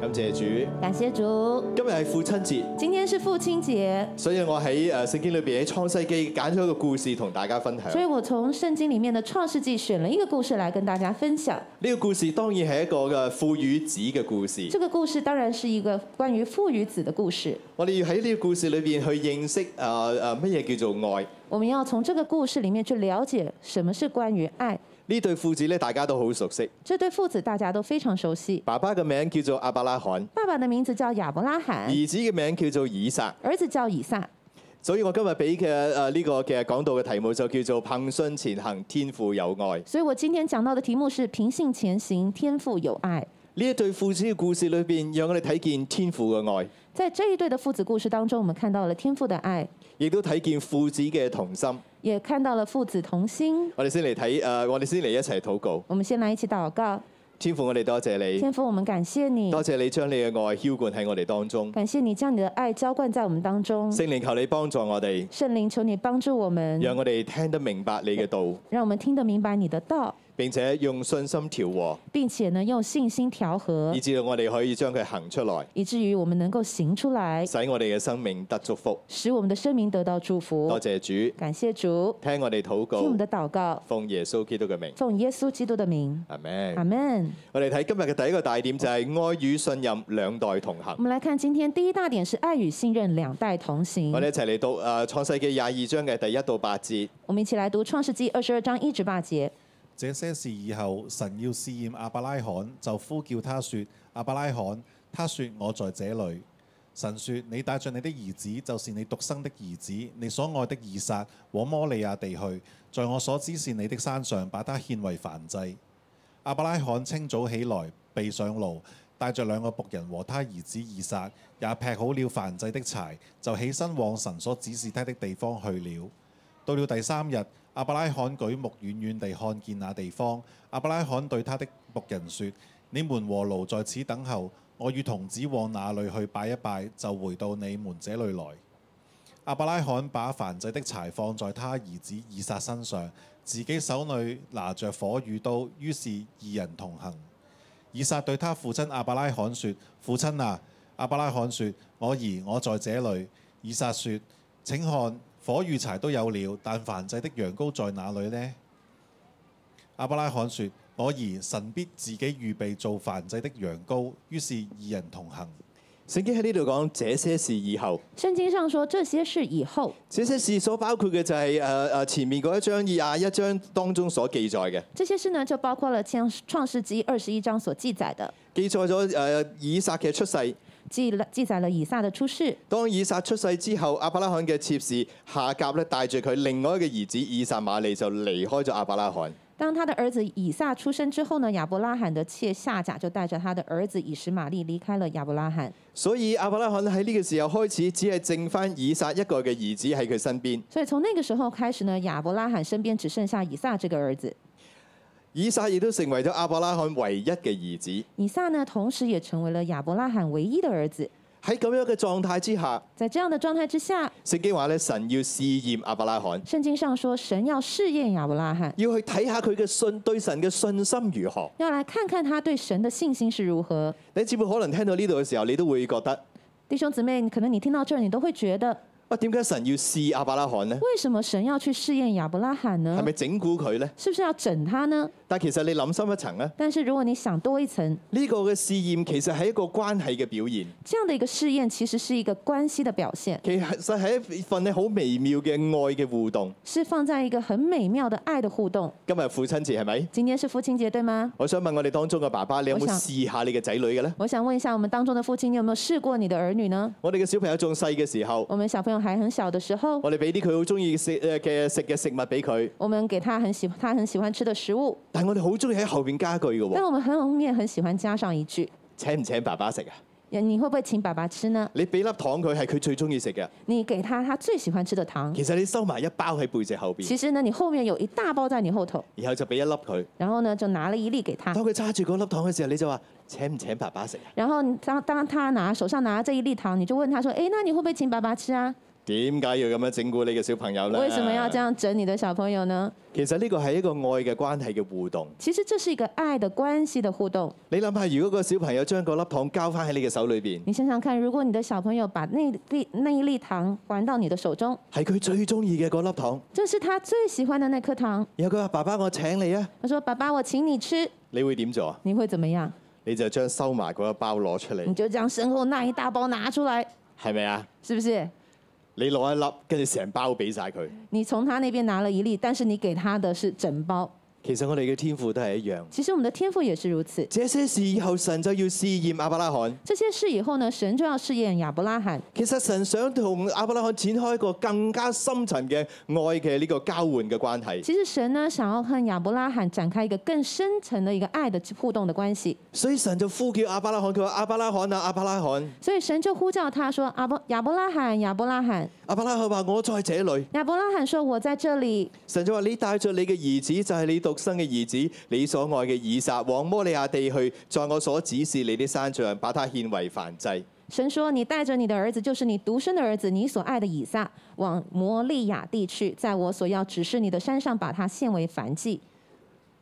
感謝主。感谢主，今日係父親節，今天是父親節，所以我喺呃誒聖經裏邊喺創世記揀咗一個故事同大家分享。所以我從聖經裡面的創世紀選了一個故事來跟大家分享。呢個故事當然係一個嘅父與子嘅故事。這個故事當然是一個關於父與子的故事，我哋要喺呢個故事裏邊去認識誒呃誒乜嘢叫做愛。我們要從這個故事裡面去了解什麼是關於愛。呢對父子咧，大家都好熟悉。這對父子大家都非常熟悉，爸爸嘅名叫做阿伯拉罕，爸爸的名字叫亞伯拉罕，兒子嘅名叫做以撒。兒子叫以撒。所以我今日俾嘅誒呢個嘅講道嘅題目就叫做憑信前行，天父有愛。所以我今天講到的題目是憑信前行，天父有愛。呢一對父子嘅故事裏邊，讓我哋睇見天父嘅愛，在這一對的父子故事當中，我們看到了天父的愛，亦都睇見父子嘅同心。也看到了父子同心。我哋先嚟睇誒，我哋先嚟一齊禱告。我們先來一起禱告，天父，我哋多謝你，天父，我嗯們感謝你，多謝你將你嘅愛澆灌喺我哋當中。感謝你將你的愛澆灌在我們當中。聖靈求你幫助我哋，聖靈，求你幫助我們，讓我哋聽得明白你嘅道，讓我們聽得明白你的道，並且用信心調和，並且呢用信心調和以，至到我哋可以將佢行出來，以至於我們能夠行出來，使我哋嘅生命得祝福。使我們的生命得到祝福多。謝主，感謝主，聽我哋禱聽嗯我告們，的禱告，奉耶穌基督嘅名，奉耶穌基督的名，阿阿門。門。我哋睇今日嘅第一個大點就係愛與信任兩代同行我。們來看今天第一大點是愛與信任兩代同行我。哋一齊嚟讀誒創世紀廿二章嘅第一到八節。我們一起來讀創世紀二十二章一至八節。這些事以後，神要試驗亞伯拉罕，就呼叫他說：亞伯拉罕，他說我在這裡。神說：你帶着你的兒子，就是你獨生的兒子，你所愛的以撒，往摩利亞地去，在我所指示你的山上，把他獻為燔祭。亞伯拉罕清早起來，備上路，帶着兩個僕人和他兒子以撒，也劈好了燔祭的柴，就起身往神所指示他的地方去了。到了第三日，亞伯拉罕舉目遠遠地看見那地方。亞伯拉罕對他的僕人說：你們和驢在此等候，我與童子往哪裏去拜一拜，就回到你們這裏來。亞伯拉罕把燔祭的柴放在他兒子以撒身上，自己手裏拿着火與刀，於是二人同行。以撒對他父親亞伯拉罕說：父親啊！亞伯拉罕說：我兒，我在這裏。以撒說：請看，火與柴都有了，但燔祭的羊羔在哪裏呢？亞伯拉罕說：我兒，神必自己預備做燔祭的羊羔。於是二人同行。聖經喺呢度講這些事以後，聖經上說這些事以後，這些事所包括嘅就係誒誒前面嗰一章廿一章當中所記載嘅，這些事呢就包括了像創世紀二十一章所記載的，記載咗誒以撒嘅出世。記了記載了以撒的出世。當以撒出世之後，亞伯拉罕嘅妾侍夏甲咧帶住佢另外一個兒子以撒瑪利就離開咗亞伯拉罕。當他的兒子以撒出生之後呢，亞伯拉罕的妾夏甲就帶着他的兒子以實瑪利離開了亞伯拉罕。所以亞伯拉罕喺呢個時候開始，只係剩翻以撒一個嘅兒子喺佢身邊。所以從那個時候開始呢，亞伯拉罕身邊只剩下以撒這個兒子。以撒亦都成為咗亞伯拉罕唯一嘅兒子。以撒呢，同時也成為了亞伯拉罕唯一的兒子。喺咁樣嘅狀態之下，在這樣的狀態之下，聖經話咧，神要試驗亞伯拉罕，聖經上說神要試驗亞伯拉罕，要去睇下佢嘅信對神嘅信心如何。要來看看他對神的信心是如何。你只會可能聽到呢度嘅時候，你都會覺得，弟兄姊妹，可能你聽到這兒，你都會覺得，啊點解神要試亞伯拉罕呢？為什麼神要去試驗亞伯拉罕呢係？咪整蠱佢呢？是不是要整他呢？但其實你諗深一層咧，但是如果你想多一層，呢、個嘅試驗其實係一個關係嘅表現，這樣的一個試驗其實是一個關係的表現，其實係一份咧好微妙嘅愛嘅互動。是放在一個很美妙的愛的互動。今日父親節係咪？今天是父親節，對嗎？我想問我哋當中嘅爸爸，你有冇我想試下你嘅仔女嘅呢？我想問一下，我們當中的父親，你有沒有試過你的兒女呢？我哋嘅小朋友仲細嘅時候，我們小朋友還很小的時候，我哋俾啲佢好中意食誒嘅食嘅食物俾佢，我們給他很喜他很喜歡吃的食物，但我哋好中意喺後邊加句嘅喎但。我們很後面很喜歡加上一句請唔請爸爸食啊？：“你會不會請爸爸吃呢你俾粒糖佢係佢最中意食嘅，？”你給他他最喜歡吃的糖，其實你收埋一包喺背脊後邊，其實呢，你後面有一大包在你後頭，然後就俾一粒佢。然後呢就拿了一粒給他當，佢揸住嗰粒糖嘅時候，你就話請唔請爸爸食啊？然後你當當他拿手上拿這一粒糖，你就問他說：“哎，那你會不會請爸爸吃啊？點解要咁樣整蠱你嘅小朋友呢？为什么要这？样整你的小朋友呢？其實呢個係一個愛嘅關係嘅互動。其实这是一个爱的关系的互動。你諗下，如果個小朋友將個粒糖交翻喺你嘅手裏邊，你想想看，如果你的小朋友把那粒那一粒糖还到你的手中，係佢最中意嘅嗰粒糖，这是他最喜欢的那颗糖。然後佢話：爸爸，我請你啊！他说：“爸爸，我請你吃。你會點做啊？”你会怎么样？你就將收埋嗰一包攞出你嚟，就将身后那一大包拿出來，係咪啊？是不是？你攞一粒，跟住成包俾晒佢。你從他那邊拿了一粒，但是你給他的是整包。其實我哋嘅天賦都係一樣。其實我們的天賦也是如此。這些事以後，神就要試驗亞伯拉罕。這些事以後呢，神就要試驗亞伯拉罕。其實神想同亞伯拉罕展開一個更加深層嘅愛嘅呢個交換嘅關係，其實神呢，想要和亞伯拉罕展開一個更深層的一個愛的互動的關係，所以神就呼叫亞伯拉罕，佢話：亞伯拉罕啊，亞伯拉罕！所以神就呼叫他說：“亞伯亞伯拉罕，亞伯拉罕。亞伯拉罕話：我在這裏。”亞伯拉罕說：“我在這裡。神就話：你帶着你嘅兒子，就係、你獨生嘅兒子，你所愛嘅以撒，往摩利亞地去，在我所指示你的山上，把他獻為燔祭。”神說：“你帶着你的兒子，就是你獨生的兒子，你所愛的以撒，往摩利亞地去，在我所要指示你的山上，把它獻為燔祭。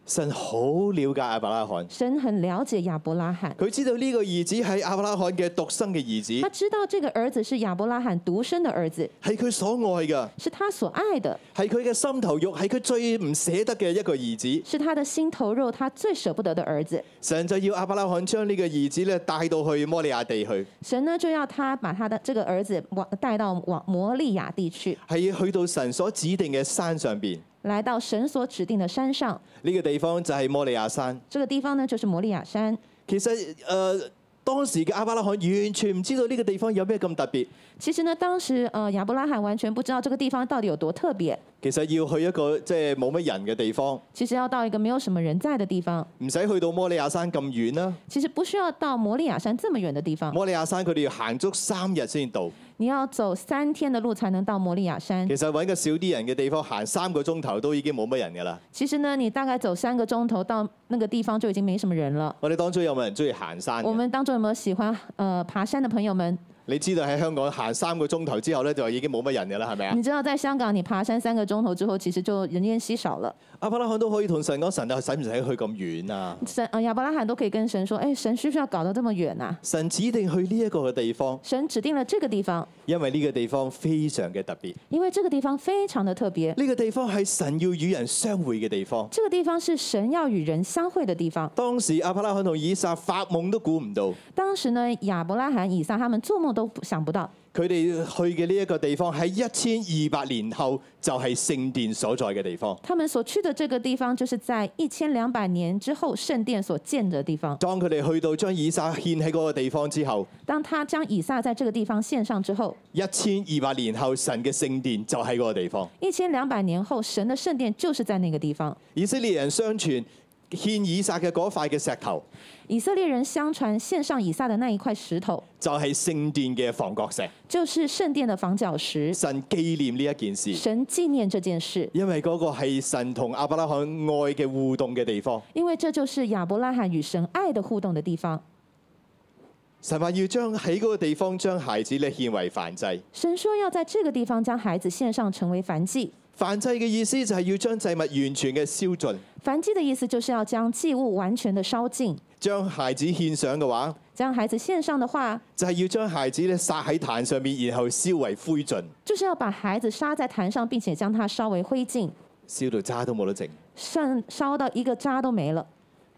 神好了解亞伯拉罕”，神很了解亞伯拉罕。佢知道呢個兒子係亞伯拉罕嘅獨生嘅兒他子，知道这个儿子是亚伯拉罕独生的儿子，係佢所愛嘅，是他所愛的，係佢嘅心頭肉，係佢最唔捨得嘅一個兒子。是他的心头肉，他最舍不得的儿子。神就要亞伯拉罕將呢個兒子咧帶到去摩利亞地去，神呢就要他把他的这个儿子往带到往摩利亚地去，係去到神所指定嘅山上邊。来到神所指定的山上。呢、個地方就係摩利亞山。这个地方呢就是摩利亚山。其實誒、呃、當時嘅亞伯拉罕完全唔知道呢個地方有咩咁特別。其实呢，当时呃亚伯拉罕完全不知道这个地方到底有多特别。其實要去一個即係冇乜人嘅地方，其实要到一个没有什么人在的地方，唔使去到摩利亞山咁遠啦。其实不需要到摩利亚山这么远的地方，摩利亞山佢哋要行足三日先到。你要走三天的路才能到摩利亚山其。實揾個少啲人嘅地方行三個鐘頭都已經冇乜人㗎啦。其实呢，你大概走三个钟头到那个地方就已经没什么人了。我哋當中有冇人中意行山嘅我们当中有没有喜欢呃爬山的朋友们？你知道喺香港行三個鐘頭之後咧，就已經冇乜人㗎啦，係咪啊？你知道在香港，你爬山三个钟头之后，其实就人烟稀少了。阿伯拉罕都可以同神講：神啊，使唔使去咁遠啊？神呃亚伯拉罕都可以跟神说：“哎，神需不需要搞得这么远啊神指定去呢一個嘅地方？”，神指定了这个地方，因為呢個地方非常嘅特別。因为这个地方非常的特别。呢個地方係神要與人相會嘅地方。这个地方是神要与人相会的地方。當時阿伯拉罕同以撒發夢都估唔到，当时呢，亚伯拉罕、以撒他们做梦都不想不到，佢哋去嘅呢一個地方喺一千二百年後就係聖殿所在嘅地方。他们所去的这个地方，就是在一千两百年之后圣殿所建的地方。當佢哋去到將以撒獻喺嗰個地方之後，当他将以撒在这个地方献上之后，一千二百年後神嘅聖殿就喺嗰個地方。一千两百年后，神的圣殿就是在那个地方。以色列人相傳獻以撒嘅嗰塊嘅石頭以色列人相传献上以撒的那一块石头，就係聖殿嘅房角石。就是圣殿的房角石。神紀念呢一件事，神纪念这件事，因為嗰個係神同亞伯拉罕愛嘅互動嘅地方。因为这就是亚伯拉罕与神爱的互动的地方。神話要將喺嗰個地方將孩子咧獻為燔祭。神说要在这个地方将孩子献上，成为燔祭。燔祭嘅意思就係要將祭物完全嘅燒盡。燔祭的意思就是要將祭物完全的烧尽。將孩子獻上嘅話，将孩子献上的话，就係要將孩子咧撒喺壇上面，然後燒為灰燼，就是要把孩子杀在壇上，并且将它烧为灰烬，燒到渣都冇得剩。剩烧到一个渣都没了。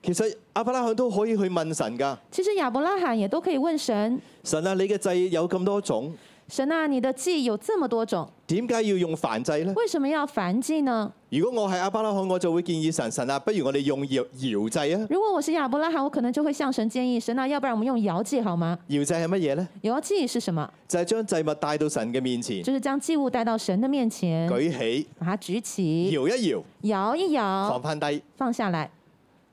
其實亞伯拉罕都可以去問神㗎，其实亚伯拉罕也都可以问神：神啊，你嘅祭有咁多種，神啊，你的祭有这么多种，點解要用燔祭呢？为什么要燔祭呢？如果我係亞伯拉罕，我就會建議神神啊，不如我哋用搖搖祭啊。如果我是亚伯拉罕，我可能就会向神建议：神啊，要不然我们用摇祭好吗？搖祭係乜嘢呢？摇祭是什么？就係、將祭物帶到神嘅面前，就是将祭物带到神的面前，舉起，把它举起，搖一搖，摇一放摇，翻低，放下来，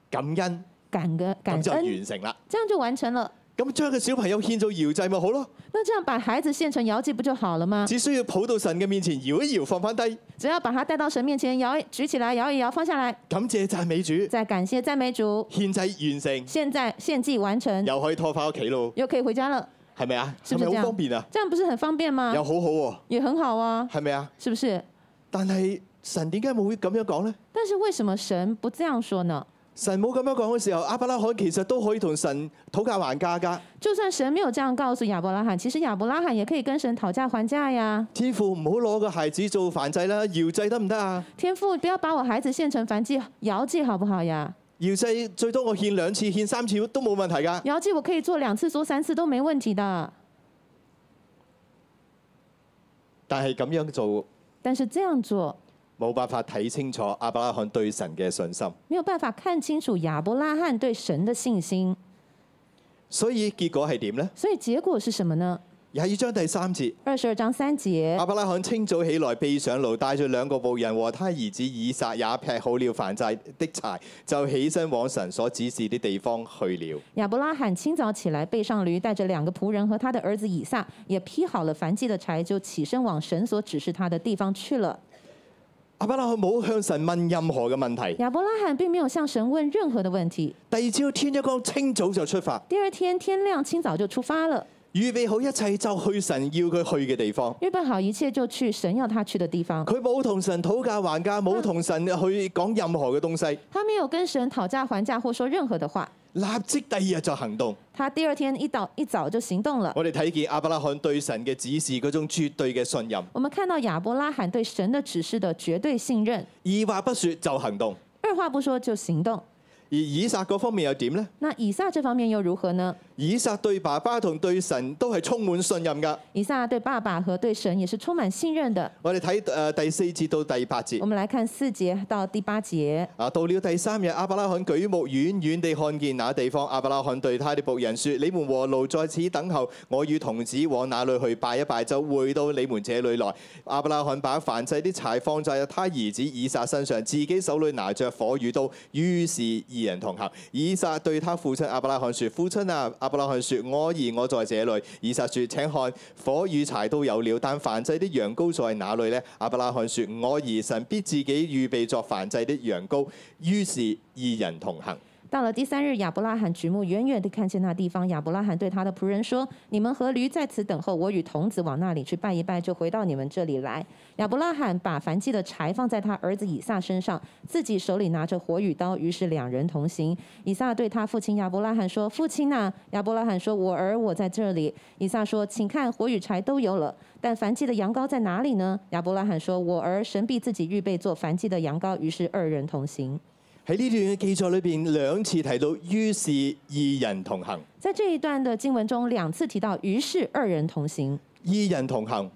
感恩，感个感咁就恩，完成啦。这样就完成了。咁將個小朋友獻做搖祭咪好咯，那这样把孩子献成摇祭不就好了吗？只需要抱到神嘅面前搖一搖，放翻低，只要把它带到神面前，摇一举起来，摇一摇，放下来，感謝讚美主，再感谢赞美主。獻祭完成，现在献祭完成，又可以拖翻屋企咯。又可以回家了。係咪啊？嗯是係咪不是啊这好样方便啊？这样不是很方便吗又？好好喎，也很好啊，係咪啊？是不是？但係神點解冇咁樣講呢？但是为什麼神不這樣說呢？神冇咁樣講嘅時候，亞伯拉罕其實都可以同神討價還價㗎。就算神沒有這樣告訴亞伯拉罕，其實亞伯拉罕也可以跟神討價還價呀。天父唔好攞個孩子做燔祭啦，搖祭得唔得啊？天父，不要把我孩子獻成燔祭、搖祭，好不好呀？搖祭最多我獻兩次、獻三次都冇問題㗎。搖祭我可以做兩次、做三次都沒問題的。但係咁樣做但是這樣做冇辦法睇清楚亞伯拉罕對神嘅信心，沒有辦法看清楚亞伯拉罕對神的信心，所以結果係點呢？所以結果是什麼呢？廿二章第三節。二十二章三節，亞伯拉罕清早起來，備上爐，帶着兩個仆人和他兒子以撒，也劈好了燔祭的柴，就起身往神所指示的地方去了。亞伯拉罕清早起來，背上驢，帶着兩個僕人和他的兒子以撒，也劈好了燔祭的柴，就起身往神所指示他的地方去了。亞伯拉罕冇向神問任何嘅問題。亞伯拉罕並沒有向神問任何的問題。第二朝天一光，清早就出發，第二天天亮，清早就出發了，預備好一切，就去神要佢去嘅地方。預備好一切，就去神要他去的地方。佢冇同神討價還價，冇同神去講任何嘅東西，他沒有跟神討價還價或說任何的話，立即第二日就行動。他第二天一早一早就行動了。我哋睇見亞伯拉罕對神嘅指示嗰種絕對嘅信任，我們看到亞伯拉罕對神的指示的絕對信任，二話不說就行動。二話不說就行動。而以撒嗰方面又點呢？那以撒這方面又如何呢？以撒對爸爸同對神都係充滿信任㗎。以撒對爸爸和對神也是充滿信任的。我哋睇誒第四節到第八節我。們來看四節到第八節。啊，到了第三日，亞伯拉罕舉目遠遠地看見那地方。亞伯拉罕對他的仆人說：你們和路在此等候，我與童子往哪裏去拜一拜，就回到你們這裏來。亞伯拉罕把燔祭啲柴放在他兒子以撒身上，自己手裏拿着火與刀。於是二人同行。以撒對他父親亞伯拉罕說：父親啊！亞伯拉罕說：我兒我在這裏。以撒說：請看，火與柴都有了，但燔祭的羊羔在哪裏呢？亞伯拉罕說：我兒神必自己預備作燔祭的羊羔。於是二人同行。到了第三日，亞伯拉罕举目远远地看见那地方。亞伯拉罕对他的仆人说：“你们和驴在此等候，我与童子往那里去拜一拜，就回到你们这里来。”亚伯拉罕把燔祭的柴放在他儿子以撒身上，自己手里拿着火与刀，于是两人同行。以撒对他父亲亚伯拉罕说：“父亲呐、亚伯拉罕说：“我儿，我在这里。”以撒说：“请看，火与柴都有了，但燔祭的羊羔在哪里呢？”亚伯拉罕说：“我儿，神必自己预备做燔祭的羊羔。”于是二人同行。喺呢段嘅記載裏邊，兩次提到於是二人同行。在这一段的经文中，两次提到“于是二人同行”，二人同行，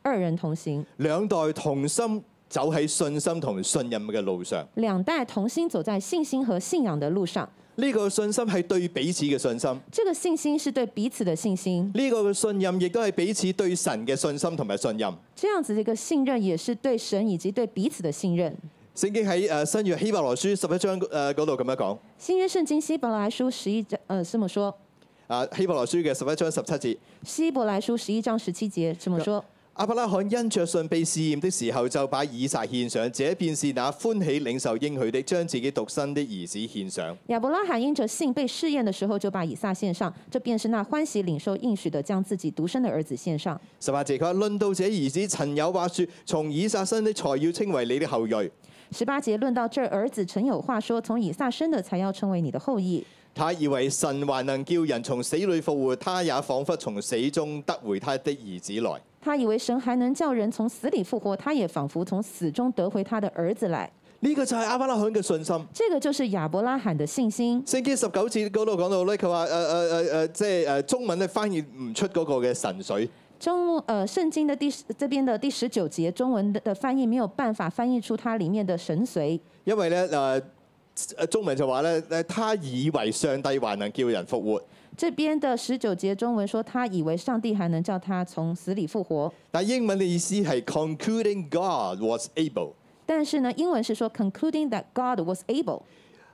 二人同行，兩代同心走喺信心同信任嘅路上。两代同心走在信心和信仰的路上。呢、個信心係對彼此嘅信心。这个信心是对彼此的信心，呢個嘅信任亦都係彼此對神嘅信心同埋信任。这样子的一个信任也是对神以及對彼此的信任。聖經喺誒新約希伯來書十一章誒嗰度咁樣講。新约圣经希伯来书十一章，呃，这么说，啊，希伯來書嘅十一章十七節，希伯来书十一章十七节这么说。亞伯拉罕因着信被試驗的時候，就把以撒獻上，這便是那歡喜領受應許的，將自己獨生的兒子獻上。亞伯拉罕因着信被试验的时候，就把以撒献上，这便是那欢喜领受应许的，将自己独生的儿子献上。十八節佢話：論到這兒子，曾有話説，從以撒生的才要稱為你的後裔。十八节论到这儿，儿子曾有话说：“从以撒生的才要称为你的后裔。他以為神還能叫人從死裏復活，他也彷彿從死中得回他的兒子來。”他以为神还能叫人从死里复活，他也仿佛从死中得回他的儿子来。呢、個就係亞伯拉罕嘅信心。这个就是亚伯拉罕的信心。聖經十九節嗰度講到咧，佢話誒誒誒誒，呃即係誒中文咧翻譯唔出嗰個嘅神水，中呃，圣经的第十这边的第十九节中文的的翻译没有办法翻译出它里面的神髓，因為咧誒誒呃中文就話咧誒，他以為上帝還能叫人復活，这边的十九节中文说他以为上帝还能叫他从死里复活，但英文嘅意思係 concluding God was able。但是呢，英文是说 concluding that God was able。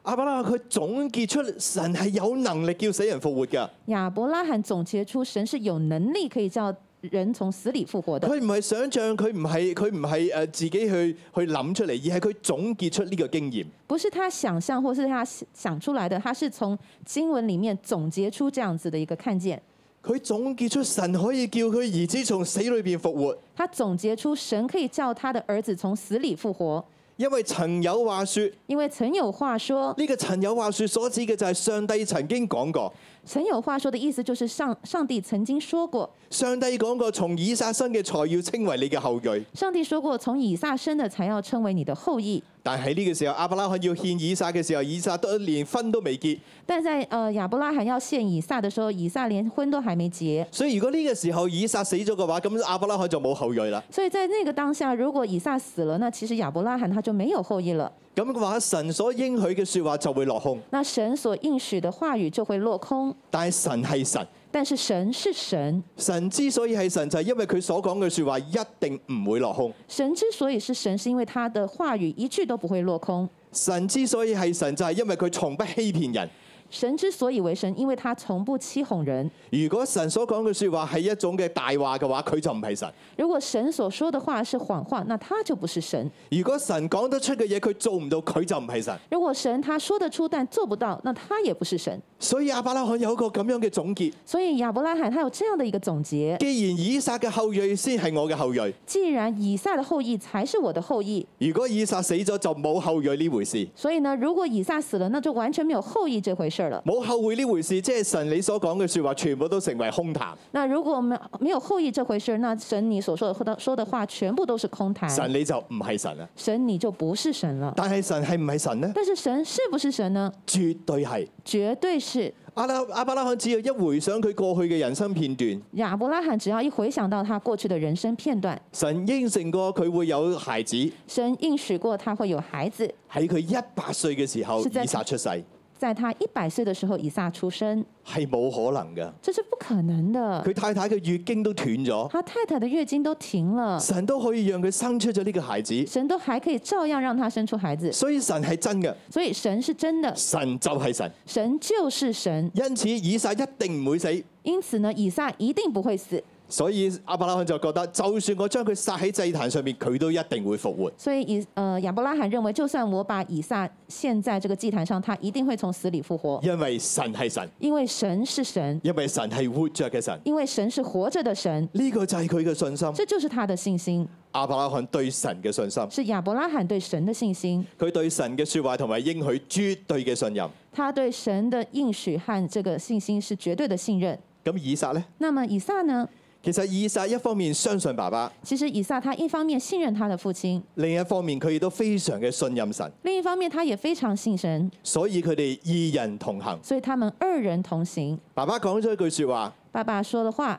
阿伯拉罕佢總結出神係有能力叫死人復活㗎，亚伯拉罕总结出神是有能力可以叫人从死里复活的。佢唔係想像，佢唔係佢唔係誒自己去去諗出嚟，而係佢總結出呢個經驗。不是他想象或是他想出来的，他是从经文里面总结出这样子的一个看见。佢佢總結出神可以叫佢兒子從死裏邊復活，他总结出神可以叫他的儿子从死里复活，因為曾有話說，因为曾有话说，呢、個曾有話說所指嘅就係上帝曾經講過，曾有话说的意思就是上上帝曾经说过，上帝講過從以撒生嘅才要稱為你嘅後裔。上帝说过，从以撒生的才要称为你的后裔。但喺呢個時候，亞伯拉罕要獻以撒嘅時候，以撒都連婚都未結，但在呃亚伯拉罕要献以撒的时候，以撒连婚都还没结，所以如果呢個時候以撒死咗嘅話，咁亞伯拉罕就冇後裔啦。所以在那个当下，如果以撒死了，那其实亚伯拉罕他就没有后裔了，咁嘅話，神所應許嘅説話就會落空。那神所应许的话语就会落空。但係神係神，但是神是神，神之所以係神，就係因為佢所講嘅説話一定唔會落空。神之所以是神，是因为他的话语一句都不会落空。神之所以係神，就係因為佢從不欺騙人。神之所以为神，因为他从不欺哄人。如果神所講嘅説話係一種嘅大話嘅話，佢就唔係神；如果神所说的话是谎话，那他就不是神。如果神講得出嘅嘢佢做唔到，佢就唔係神。如果神他说得出但做不到，那他也不是神。所以亞伯拉罕有一個咁樣嘅總結：所以亚伯拉罕他有这样的一个总结：既然以撒嘅後裔先係我嘅後裔，既然以撒的后裔才是我的后裔，如果以撒死咗就冇後裔呢回事，所以呢，如果以撒死了，那就完全没有后裔这回事儿了。冇後裔呢回事，即係神你所講嘅説話全部都成為空談。那如果没有没有后裔这回事儿，那神你所说的说的话全部都是空谈，神你就唔係神啦。神你就不是神了。但係神係唔係神呢？但是神是不是神呢？絕對係。绝对是。阿拉阿伯拉罕只要一回想佢過去嘅人生片段，亚伯拉罕只要一回想到他过去的人生片段，神應承過佢會有孩子。神应许过他会有孩子，喺佢一百歲嘅時候，是在以撒出世在他一百岁的时候，以撒出生，係冇可能㗎。这是不可能的。佢太太嘅月經都斷咗，他太太的月经都停了，神都可以讓佢生出咗呢個孩子，神都还可以照样让他生出孩子，所以神係真嘅，所以神是真的，神就係神。神就是神。因此以撒一定唔會死，因此呢，以撒一定不会死。所以阿伯拉罕就覺得，就算我將佢殺喺祭壇上面，佢都一定會復活。所以以呃亚伯拉罕认为，就算我把以撒献在这个祭坛上，他一定会从死里复活，因為神係神，因为神是神，因為神係活着嘅神。因为神是活着的神。呢、個就係佢嘅信心，这就是他的信心，阿伯拉罕對神嘅信心，是亚伯拉罕对神的信心，佢對神嘅説話同埋應許絕對嘅信任。他对神的应许和这个信心是绝对的信任。咁以撒呢？那么以撒呢？其實以撒一方面相信爸爸，其实以撒他一方面信任他的父亲，另一方面佢亦都非常嘅信任神，另一方面他也非常信神，所以佢哋二人同行。所以他们二人同行。爸爸講咗一句説話：爸爸说的话，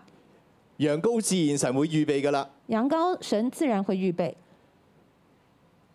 羊羔自然神會預備㗎啦。羊羔神自然会预备。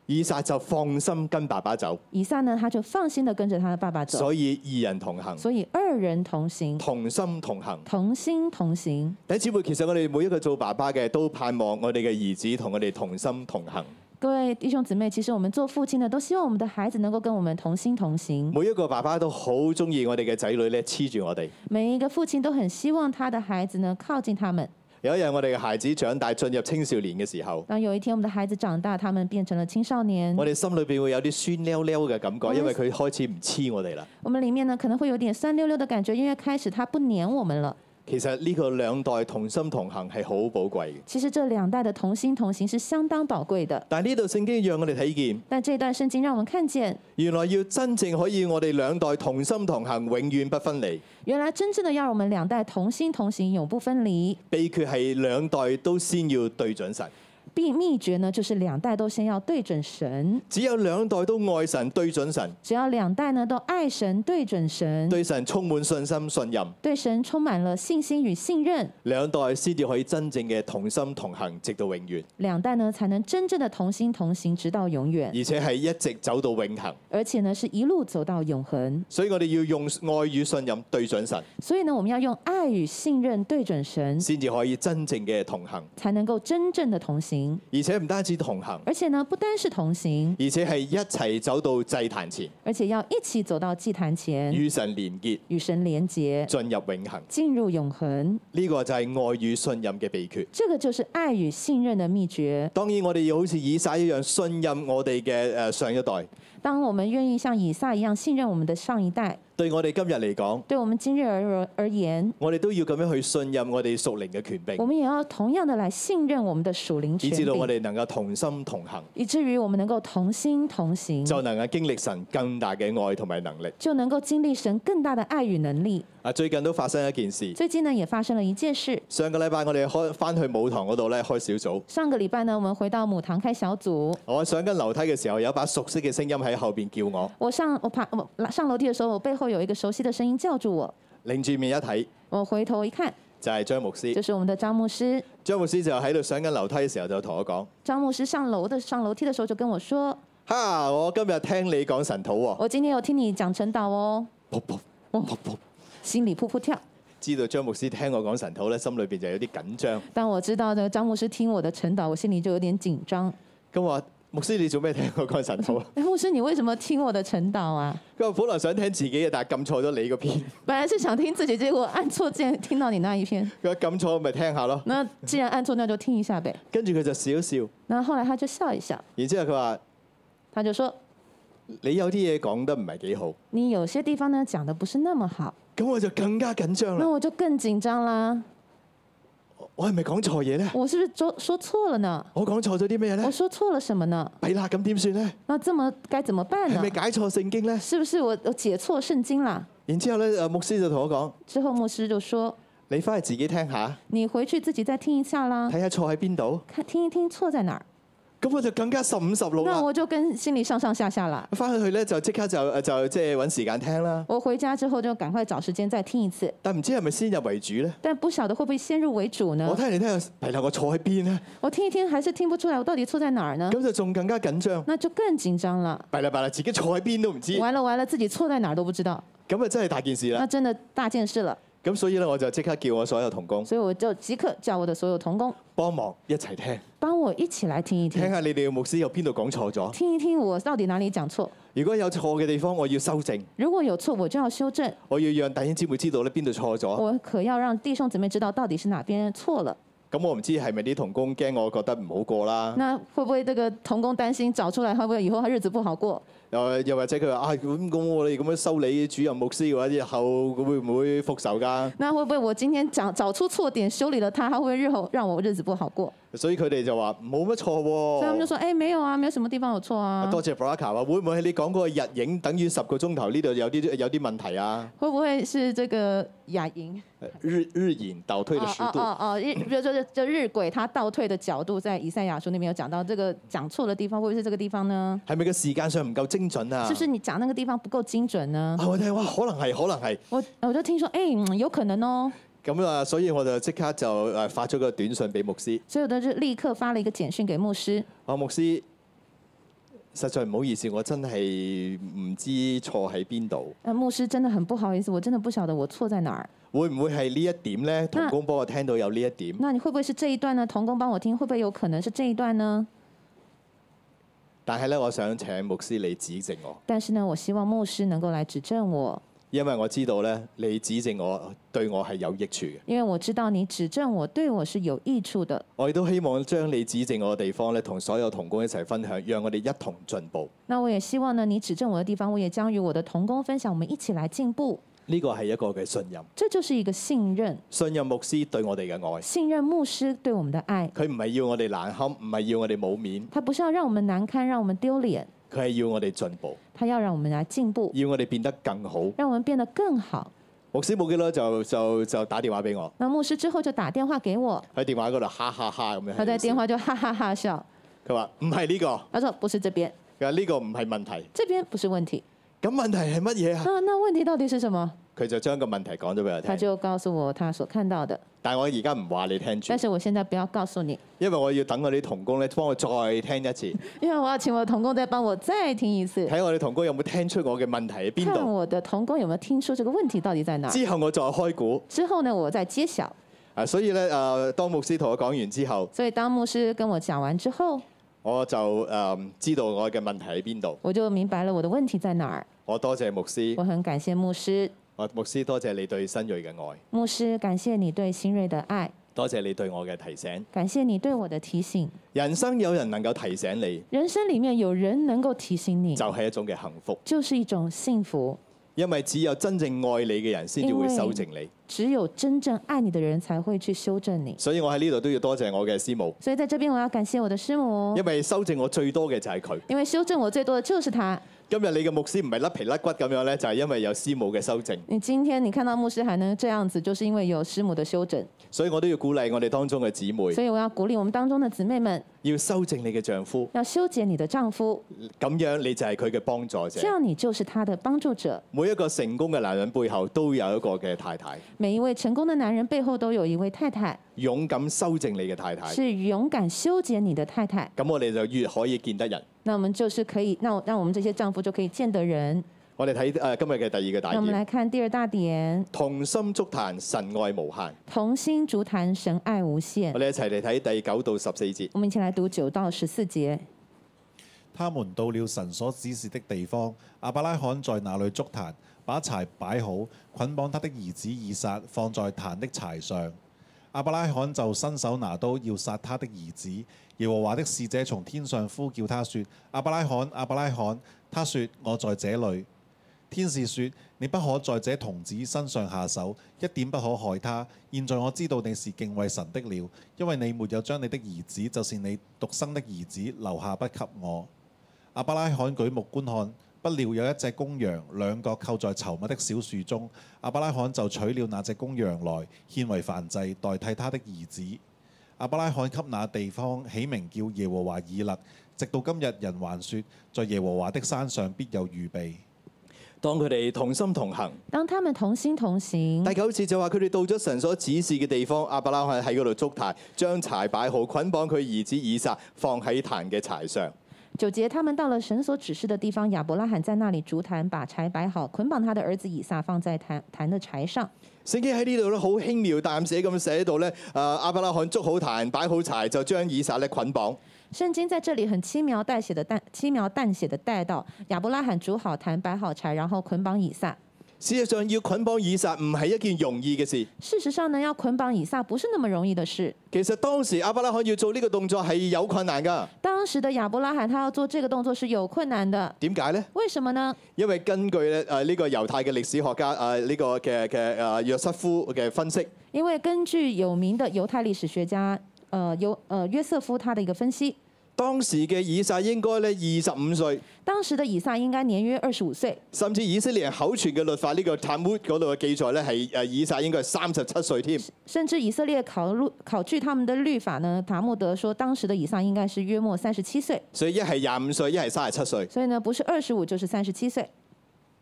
以撒就放心跟爸爸走，以撒呢，他就放心的跟着他的爸爸走，所以二人同行，所以二人同行，同心同行。同心同行。弟兄姊妹，其實我哋每一個做爸爸嘅都盼望我哋嘅兒子同我哋同心同行。各位弟兄姊妹，其实我们做父亲的都希望我们的孩子能够跟我们同心同行。每一個爸爸都好中意我哋嘅仔女咧黐住我哋。每一个父亲都很希望他的孩子呢靠近他们。有一日我哋嘅孩子長大進入青少年嘅時候，当有一天我们的孩子长大，他们变成了青少年，我哋心裏邊會有啲酸溜溜嘅感覺，因為佢開始唔黐我哋啦。我们里面呢可能会有点酸溜溜的感觉，因为开始他不黏我们了。其實呢個兩代同心同行係好寶貴嘅。其实这两代的同心同行是相当寶貴的。但係呢度聖經讓我哋睇見，但这段圣经让我们看见，原來要真正可以我哋兩代同心同行，永遠不分離。原来真正的要我们两代同心同行，永不分离。秘訣係兩代都先要對準神，秘秘诀呢，就是两代都先要对准神。只有兩代都愛神、對準神、只要两代呢都爱神、对准神，對神充滿信心、信任，对神充满了信心与信任，兩代先至可以真正嘅同心同行，直到永遠，两代呢才能真正的同心同行，直到永远，而且係一直走到永恆。而且呢是一路走到永恒。所以我哋要用愛與信任對準神，所以呢，我们要用爱与信任对准神，先至可以真正嘅同行，才能够真正的同行。而且唔單止同行，而且呢，不单是同行，而且係一齊走到祭壇前，而且要一起走到祭坛前，與神連結，与神连结，進入永恆。进入永恒。呢、個就係愛與信任嘅秘訣。这个就是愛与信任的秘诀。當然，我哋要好似以撒一樣信任我哋嘅誒上一代。当我们愿意像以撒一样信任我们的上一代，對我哋今日嚟講，对我们今日而而言，我哋都要咁樣去信任我哋屬靈嘅權我柄，们也要同样的来信任我们的属灵以权至到我柄，哋能夠同心同行，以至于我们能够同心同行，就能夠經歷神更大嘅愛同埋能力。就能够经历神更大的爱与能力。啊，最近都發生一件事，最近呢，也发生了一件事。上個禮拜我哋開翻去舞堂嗰度咧開小組。上个礼拜呢，我们回到母堂开小组，我上緊樓梯嘅時候，有一把熟悉嘅聲音喺後邊叫我，我上我爬我上楼梯的时候，我背后有一个熟悉的声音叫住我，擰住面一睇我回头一看，就係、張牧師就。是我们的张牧师。張牧師就喺度上緊樓梯嘅時候就同我講：，张牧师上楼的上楼梯的时候就跟我说哈！我今日聽你講神土：“喎，我今天有听你讲晨祷哦。噗噗哦噗噗。心里噗噗跳。知道張牧師聽我講神土咧，心裏邊就有啲緊張。当我知道呢张牧师听我的晨祷，我心里就有点紧张。咁我話：牧師你做咩聽我講神土啊？ 哎，牧师，你为什么听我的晨祷啊？佢話本來想聽自己嘅，但係撳錯咗你嗰篇。本来是想听自己，结果按错键听到你那一篇。佢話撳錯咪聽下咯。那既然按错，那就听一下呗。跟住佢就笑一笑，那后来他就笑一笑，然之後佢話：他就说你有啲嘢講得唔係幾好。：“你有些地方呢讲的不是那么好。咁我就更加緊”張那啦。我就更紧张啦，我係咪講錯嘢呢？我是不是说说错了呢？我講錯咗啲咩呢我？说错了什么呢？弊啦，咁點算呢？那这么该怎么办係呢咪？解錯聖經呢？是不是我我解错圣经啦？然之後咧，誒牧師就同我講：之后牧师就说你翻去自己聽下，：“你回去自己再听一下啦，睇下錯喺邊度。看听一听错在哪儿。咁我就更加十五十”六那啦。我就跟心里上上下下啦。翻去咧就即刻就誒就即係揾時間聽啦。我回家之后就赶快找时间再听一次，但唔知係咪先入為主呢？但不晓得会不会先入为主呢我？聽嚟聽去，弊啦，我錯喺邊呢？我听一听还是聽不出來，我到底错在哪儿呢？咁就仲更加緊張。那就更紧张了。弊啦弊啦，自己錯喺邊都唔知，完了完了，自己错在哪儿都不知道，咁啊真係大件事啦那。真的大件事了。咁所以咧，我就即刻叫我所有同工所以我就即刻叫我的所有童工幫忙一齊聽，帮我一起来聽一聽聽，下你哋嘅牧師有邊度講錯咗。聽一聽我到底哪里讲错。如果有錯嘅地方，我要修正，如果有错，我就要修正。我要讓弟兄姊妹知道咧邊度錯咗。我可要让弟兄姊妹知道到底是哪邊错了。咁我唔知係咪啲童工驚我覺得唔好過啦，那会不会这个童工担心找出来，会不会以后他日子不好过？又又或者佢話啊咁咁我哋咁樣修理主任牧師嘅話，日後會唔會復仇㗎？那会不会我今天找找出错点，修理了他，他会不会日后让我日子不好过？所以佢哋就話冇乜錯所以他们就喎。说：“哎，沒有啊，沒有什麼地方有錯啊。多謝 Baraka 話，會唔會係你講嗰個日影等於十個鐘頭呢度有啲有啲問題啊？會不會是這個雅莹？日日影倒退了十哦度，哦哦，日就就就日晷它倒退的角度，在以赛亚书那边有讲到，这个讲错的地方会不会是这个地方呢？係咪個時間上唔夠精準啊？是不是你讲那个地方不夠精準呢？啊我聽哇，可能係，可能係。我我就聽說，哎、嗯有可能哦，咁啊，所以我就即刻就誒發咗個短信俾牧師。所以我就立刻發了一個簡訊給牧師，啊，牧師，實在唔好意思，我真係唔知錯喺邊度。呃，牧師真的很不好意思，我真的不曉得我錯在哪儿。會唔會係呢一點呢？同工幫我聽到有呢一點，那你會不會是這一段呢？童工幫我聽，會不會有可能是這一段呢？但係呢，我想請牧師你指正我，但是呢，我希望牧師能夠來指正我，因為我知道呢，你指正我對我係有益處嘅。因為我知道你指正我對我是有益處的。我亦都希望將你指正我嘅地方呢，同所有同工一齊分享，讓我哋一同進步。那我也希望呢，你指正我的地方，我也将与我的同工分享，我们一起来进步。呢個係一個嘅信任，这就是一個信任，信任牧師對我哋嘅愛。信任牧師對我們的愛，佢唔係要我哋難堪，唔係要我哋冇面，他不是要讓我們難堪，讓我們丢臉，佢係要我哋進步，他要讓我們來進步，要我哋變得更好。讓我們變得更好。牧師冇幾耐就就就打電話俾我，那牧師之後就打電話給我，喺電話嗰度哈哈哈咁樣。他在電話就哈哈哈笑，佢話唔係呢個，他說不是這邊，佢話呢個唔係問題。這邊不是問題。咁問題係乜嘢啊？那那問題到底是什麼？佢就將個問題講咗俾我他聽。就告訴我他所看到的，但係我而家唔話你聽住但，是我現在不要告訴你，因為我要等我啲童工咧幫我再聽一次，因為我要請我的同工再幫我再聽一次，睇我哋童工有冇聽出我嘅問題喺邊看度。我的同工有沒有聽出這個問題到底在哪兒。之後我再開估。之後呢，我再揭曉。啊，所以咧誒、呃，當牧師同我講完之後，所以當牧師跟我講完之後，我就誒、呃知道我嘅問題喺邊度。我就明白了我的問題在哪兒。我多謝牧師，我很感謝牧師，我牧師多謝你對新蕊嘅愛，牧師感謝你對新锐的愛，多謝你對我嘅提醒。感謝你對我的提醒。人生有人能夠提醒你，人生裡面有人能夠提醒你，就係一種嘅幸福。就是一種幸福。因為只有真正愛你嘅人先至會修正你。只有真正爱你的人才会去修正你。所以我喺呢度都要多謝我嘅師母，所以在这边我要感谢我的师母哦因，為修正我最多嘅就係佢。因为修正我最多的就是她。今日你嘅牧師唔係甩皮甩骨咁樣呢，就係因為有師母嘅修正。你今天你看到牧师还能这样子，就是因为有师母的修整。所以我都要鼓勵我哋當中嘅姊妹，所以我要鼓励我们当中的姊妹们，要修正你嘅丈夫，要修剪你的丈夫，咁樣你就係佢嘅幫助这者。样你就是他的帮助者。每一個成功嘅男人背後都有一個嘅太太，每一位成功的男人背后都有一位太太，勇敢修正你嘅太太，是勇敢修剪你的太太。咁我哋就越可以見得人。那我们就是可以，那我让我们这些丈夫就可以见得人。我哋睇誒今日嘅第二個大那我们點，来看第二大点：同心足壇，神愛無限。同心足坛，神爱无限我。哋一齊嚟睇第九到十四節。我们一起来读九到十四节。他們到了神所指示的地方，亞伯拉罕在那裏築壇，把柴擺好，捆綁他的兒子以撒，放在壇的柴上。亞伯拉罕就伸手拿刀要殺他的兒子。耶和華的使者從天上呼叫他說：亞伯拉罕，亞伯拉罕！他說：我在這裏。天使說：你不可在這童子身上下手，一點不可害他。現在我知道你是敬畏神的了，因為你沒有將你的兒子，就是你獨生的兒子留下不給我。亞伯拉罕舉目觀看，不料有一隻公羊，兩角扣在稠密的小樹中。亞伯拉罕就取了那隻公羊來，獻為燔祭，代替他的兒子。亞伯拉罕給那地方起名叫耶和華以勒，直到今日人還說，在耶和華的山上必有預備。當佢哋同心同行，当他们同心同行第，九節就話佢哋到咗神所指示嘅地方，亞伯拉罕喺嗰度築壇，將柴擺好，捆綁佢兒子以撒，放喺壇嘅柴上。九节他们到了神所指示的地方，亚伯拉罕在那里竹坛，把柴摆好，捆绑他的儿子以撒，放在坛坛的柴上。聖經喺呢度咧好輕描淡寫咁寫到咧，啊亞伯拉罕築好壇，擺好柴，就將以撒咧捆綁。圣经在这里很轻描淡写的淡轻描淡写的带到亚伯拉罕煮好坛，摆好柴，然后捆绑以撒。事實上，要捆綁以撒唔係一件容易嘅事。事实上呢，要捆綁以撒不是那么容易的事。其實當時亞伯拉罕要做呢個動作係有困難㗎。当时的亚伯拉罕他要做这个动作是有困難的，點解呢？为什麼呢？因為根據咧誒呢個猶太嘅歷史學家誒呢個嘅嘅誒約瑟夫嘅分析，因為根據有名的猶太歷史學家，呃犹呃约瑟夫他的一個分析，當時嘅以撒應該咧二十五歲，當時的以撒應該年約二十五歲，甚至以色列人口傳嘅律法呢個 Talmud 嗰度嘅記載咧係誒呃以撒應該係三十七歲添。甚至以色列考入考據他們的律法呢，塔木德說當時的以撒應該是約莫三十七歲，所以一係廿五歲，一係三十七歲。所以呢不是二十五就是三十七歲。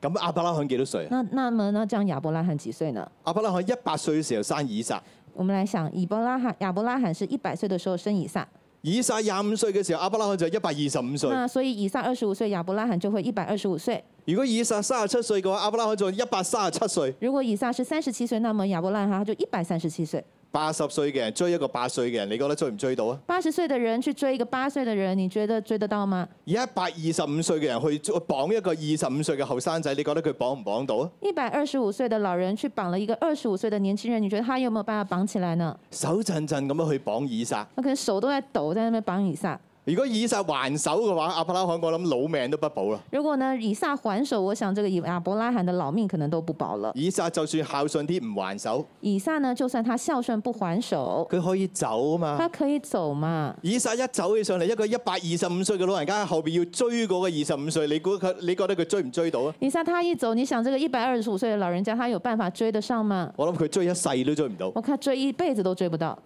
咁亞伯拉罕幾多歲啊？那那么呢，這樣亞伯拉罕幾歲呢？亞伯拉罕一百歲嘅時候生以撒，我們來想，以伯拉罕亞伯拉罕是一百歲的時候生以撒，以撒廿五歲嘅時候，亞伯拉罕就一百二十五歲。那所以以撒二十五歲，亞伯拉罕就會一百二十五歲。如果以撒三十七歲嘅話，亞伯拉罕就一百三十七歲。如果以撒是三十七岁，那么亚伯拉罕他就一百三十七岁。八十歲嘅人追一個八歲嘅人，你覺得追唔追到啊？八十岁的人去追一个八岁的人，你觉得追得到嗎？一百二十五歲嘅人去綁一個二十五歲嘅後生仔，你覺得佢綁唔綁到啊？一百二十五岁的老人去绑了一个二十五岁的年轻人，你觉得他有没有办法绑起来呢？手震震咁樣去綁以撒。他可能手都在抖，在那边绑以撒。如果以撒還手嘅話，阿伯拉罕我諗老命都不保啦。如果呢以撒还手，我想这个亚伯拉罕的老命可能都不保了。以撒就算孝順啲唔還手，以撒呢，就算他孝顺不还手，佢可以走啊他嘛。可以走嘛？以撒一走起上嚟，一個一百二十五歲嘅老人家喺後邊要追嗰個二十五歲，你估佢你覺得佢追唔追到啊？以撒他一走，你想这个一百二十五岁的老人家，他有办法追得上吗？我諗佢追一世都追唔到。我看追一辈子都追不到。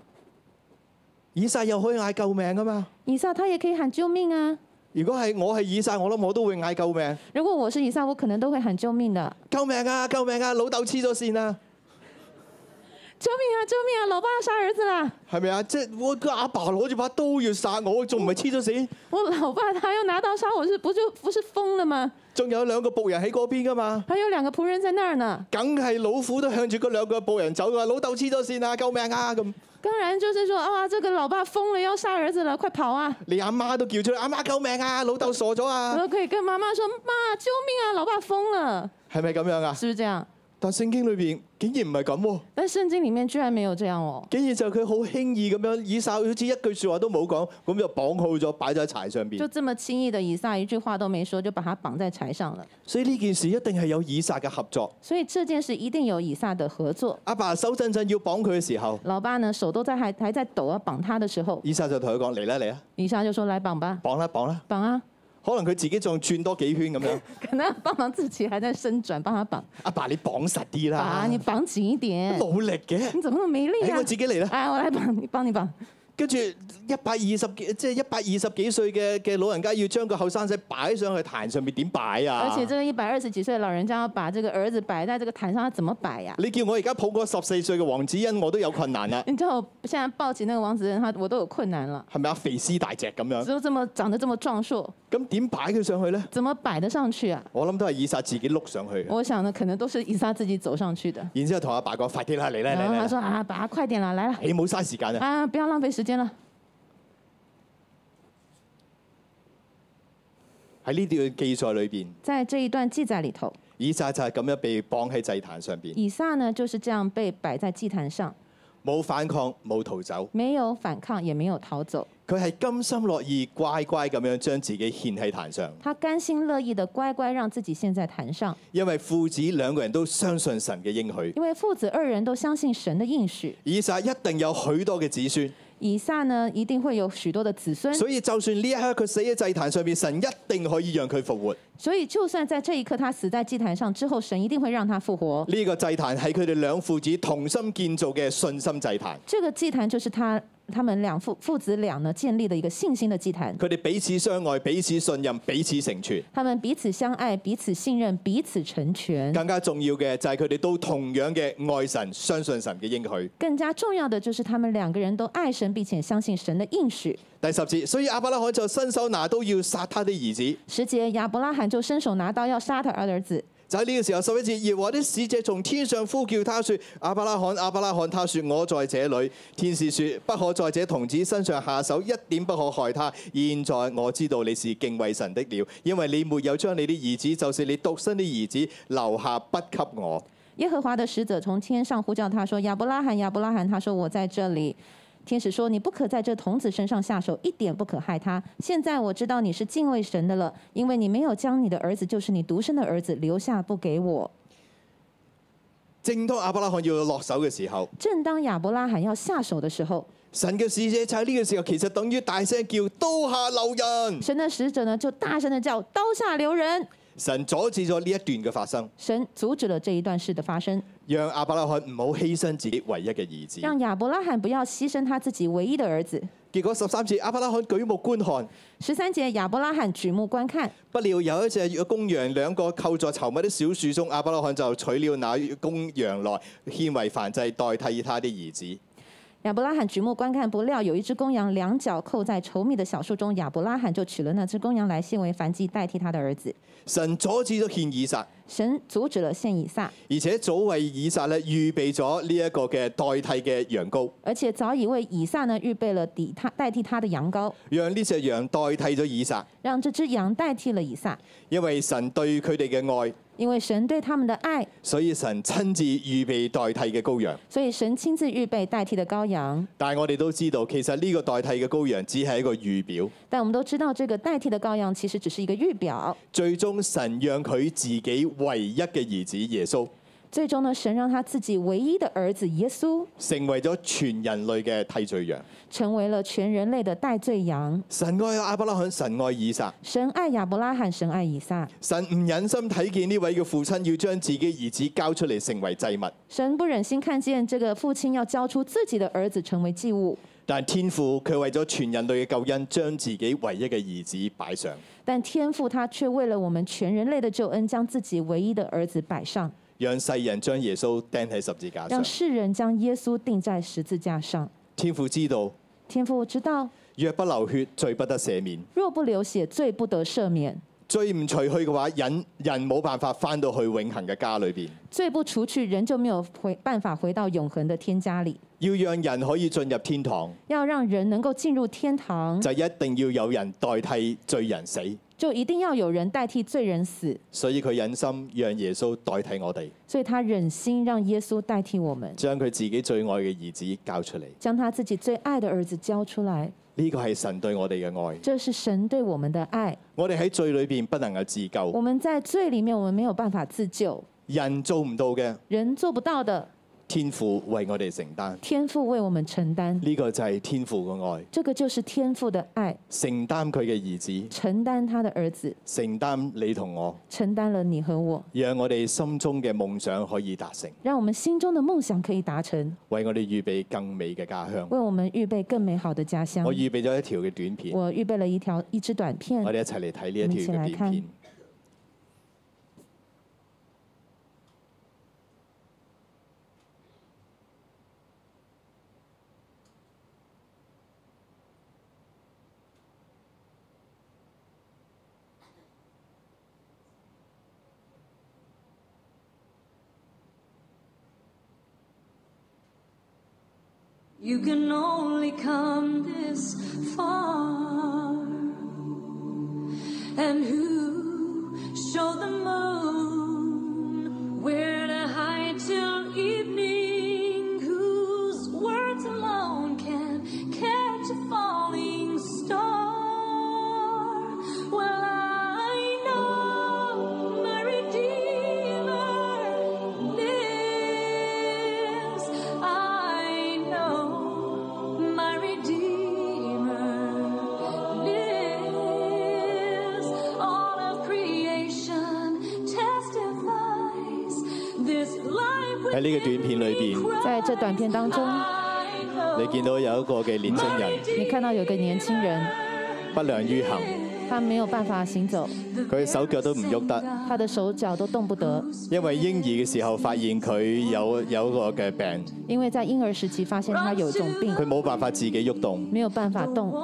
以撒又可以嗌救命啊嘛。以撒他也可以喊救命啊！如果係我係以撒，我諗我都會嗌救命，如果我是以撒，我可能都会喊救命的，救命啊，救命啊，老豆黐咗線啊！救命啊，救命啊，老爸要杀儿子啦！係咪啊？即係我個阿爸攞住把刀要殺我，仲唔係黐咗線？我老爸他要拿刀杀我是不就不是疯了吗？仲有兩個仆人喺嗰邊噶嘛，还有两个仆人在那儿呢，梗係老虎都向住嗰兩個仆人走噶，老豆黐咗線啊！救命啊！咁当然就是说啊，这个老爸疯了，要杀儿子了，快跑啊！你阿媽都叫出嚟，阿媽救命啊！老豆傻咗我啊！都可以跟妈妈说，妈，救命啊，老爸疯了，係咪咁樣啊？是不是这样？但聖經裏邊竟然唔係咁喎，但圣经里面居然没有這樣哦。竟然就佢好輕易咁樣，以撒好似一句説話都冇講，咁就綁好咗擺咗喺柴上就邊。這麼輕易的，以撒一句話都沒說，就把他綁在柴上了。所以呢件事一定係有以撒嘅合作。所以這件事一定有以撒的合作。阿爸手震震要綁佢嘅時候，老爸呢，手都在還還在抖啊，綁他的時候，以撒就同佢講：嚟啦嚟啦，以撒就說：“來綁吧，綁啦綁啦。綁啊可能佢自己仲轉多幾圈咁 樣。！”可能要幫忙自己還在伸展，幫他 綁，阿爸你綁實啲把、啦，啊你綁緊一點，努力嘅。你怎麼那麼沒力啊哎啊我？自己嚟啦。哎，我來綁你，幫你綁。跟住一百二十幾，即係一百二十幾歲嘅嘅老人家要將個後生仔擺上去壇上面點擺 啊？而且這個一百二十幾歲的老人家要把這個兒子擺在這個壇上，他怎麼擺 呀、你叫我而家抱個十四歲嘅王子欣，我都有困難啦，啊你知道我現在抱起那個王子仁，他我都有困難了。係咪啊？肥屍大隻咁樣， 只有這麼長得這麼壯碩，咁點擺佢上去咧？怎麼擺得上去啊？我諗都係以撒自己碌上去嘅，我想呢，可能都是以撒自己走上去的。然之後同阿爸講：快啲啦，嚟啦然後他嚟啦！說啊，把他快點啦，來了你冇嘥時間啊！啊，不要浪費時間了。喺呢段記載裏邊，在這一段記載裡頭，以撒就係咁樣被綁喺祭壇上邊，以撒呢就是這樣被擺在祭壇上，冇反抗，冇逃走，沒有反抗，也沒有逃走，佢係甘心樂意、乖乖咁樣將自己獻喺壇上，他甘心樂意的乖乖讓自己陷在壇上，因為父子兩個人都相信神嘅應許。因為父子二人都相信神的應許。以撒一定有許多嘅子孫，以撒呢一定會有許多的子孫，所以就算呢一刻佢死喺祭壇上面，神一定可以讓佢復活。所以就算在這一刻他死在祭壇上之後，神一定會讓他復活。呢個祭壇係佢哋兩父子同心建造嘅信心祭壇，這個祭壇就是他他們兩父父子俩呢建立的一個信心的祭壇，佢哋彼此相愛、彼此信任、彼此成全。他們彼此相愛，彼此信任，彼此成全。更加重要嘅就係佢哋都同樣嘅愛神、相信神嘅應許。更加重要的就是他們兩個人都愛神，並且相信神的應許。第十節，所以亞伯拉罕就伸手拿刀要殺他的兒子。十節，亞伯拉罕就伸手拿刀要殺他兒子。就喺呢個時候，十一節，耶和華的使者從天上呼叫他說：亞伯拉罕，亞伯拉罕！他說：我在這裡。天使說：不可在這童子身上下手，一點不可害他。現在我知道你是敬畏神的了，因為你沒有將你的兒子，就是你獨生的兒子留下不給我。耶和華的使者從天上呼叫他說：“亞伯拉罕，亞伯拉罕！”他說：“我在這裡。”天使說：“你不可在這童子身上下手，一點不可害他。現在我知道你是敬畏神的了，因為你沒有將你的兒子，就是你獨生的兒子，留下不給我。正當亞伯拉罕要落手嘅時候，”正當亞伯拉罕要下手的時候，神嘅使者就喺呢個時候，其實等於大聲叫刀下留人。神的使者呢就大聲的叫：“刀下留人神阻止咗呢一段嘅發生，！”神阻止了這一段事的發生，讓亞伯拉罕唔好犧牲自己唯一嘅兒子。讓亞伯拉罕不要犧牲他自己唯一的兒子。結果十三節，亞伯拉罕舉目觀看。十三節，亞伯拉罕舉目觀看，不料有一隻公羊，兩個扣在稠密的小樹中，亞伯拉罕就取了那公羊來獻為燔祭，代替他的兒子。亞伯拉罕舉目觀看，不料有一只公羊两脚扣在稠密的小树中，亚伯拉罕就取了那只公羊来献为燔祭，代替他的儿子。神阻止咗獻以撒，神阻止了献以撒，而且早為以撒咧預備咗呢一個嘅代替嘅羊羔，而且早已為以撒呢预备了抵他代替他的羊羔，讓呢隻羊代替咗以撒，让这只羊代替了以撒。因為神對佢哋嘅愛，因为神对他们的爱，所以神親自預備代替嘅羔羊。所以神親自預備代替的羔羊。但係我哋都知道，其實呢個代替嘅羔羊只係一個預表，但我們都知道，這個代替的羔羊其實只是一個預表。最終神讓佢自己唯一嘅兒子耶穌。最終呢，神讓他自己唯一的兒子耶穌成為咗全人類嘅替罪羊。成為了全人類的代罪羊。神愛亞伯拉罕，神愛以撒，神愛亞伯拉罕，神愛以撒。神唔忍心睇見呢位嘅父親要將自己兒子交出嚟成為祭物，神不忍心看見這個父親要交出自己的兒子成為祭物，但天父佢為咗全人類嘅救恩，將自己唯一嘅兒子擺上。但天父他卻為了我們全人類的救恩，將自己唯一的兒子擺上，讓世人將耶穌釘喺十字架讓上。世人將耶穌釘在十字架上。天父知道，天父知道，若不流血，罪不得赦免；若不流血，罪不得赦免；罪唔除去嘅話，人人冇辦法翻到去永恆嘅家裏邊。罪不除去，人就沒有回辦法回到永恆的天家裡。要讓人可以進入天堂，要讓人能夠進入天堂，就一定要有人代替罪人死。就一定要有人代替罪人死，所以佢忍心讓耶穌代替我哋，所以他忍心让耶稣代替我们，將佢自己最愛嘅兒子交出嚟。将他自己最愛的儿子交出来。呢個係神對我哋嘅愛。这是神对我们的爱。我哋喺罪裏邊不能夠自我救，们在罪里面，我们没有办法自救，人做唔到嘅，人做不到的，天父為我哋承擔。天父为我们承担。呢、個就係天父嘅愛，这个就是天父的爱，承擔佢嘅兒子，承担他的儿子，承擔你同我，承担了你和我，讓我哋心中嘅夢想可以達成，让我们心中的梦想可以达成，為我哋預備更美嘅家鄉。为我们预备更美好的家乡我。預備咗一條嘅短片，我预备了一条一支短片我，哋一齊嚟睇呢一我們一起條來嘅短看片。 You can only come this far. And who showed the moon where to hide till evening? Whose words alone can catch a falling star? Well, I know my Redeemer lives. I know my Redeemer lives. All of creation testifies this life 喺呢個短片裏邊，在这短片当中， I know 你見到有一個嘅年青人你看到有个年轻人，不良於行，他没有办法行走，佢手腳都唔喐得，他的手脚都动不得，因為嬰兒嘅時候發現佢有有一個嘅病，因为在婴儿时期发现他有一种病，佢冇辦法自己喐動。没有办法动。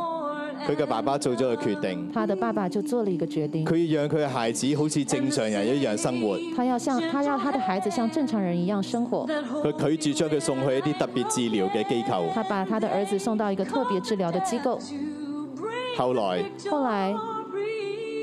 佢嘅爸爸做咗個決定，他的爸爸就做了一个决定，佢要讓佢嘅孩子好似正常人一樣生活。他要像他要他的孩子像正常人一样生活。佢拒絕將佢送去一啲特別治療嘅機構。他把他的儿子送到一个特别治疗的机构。後來后来，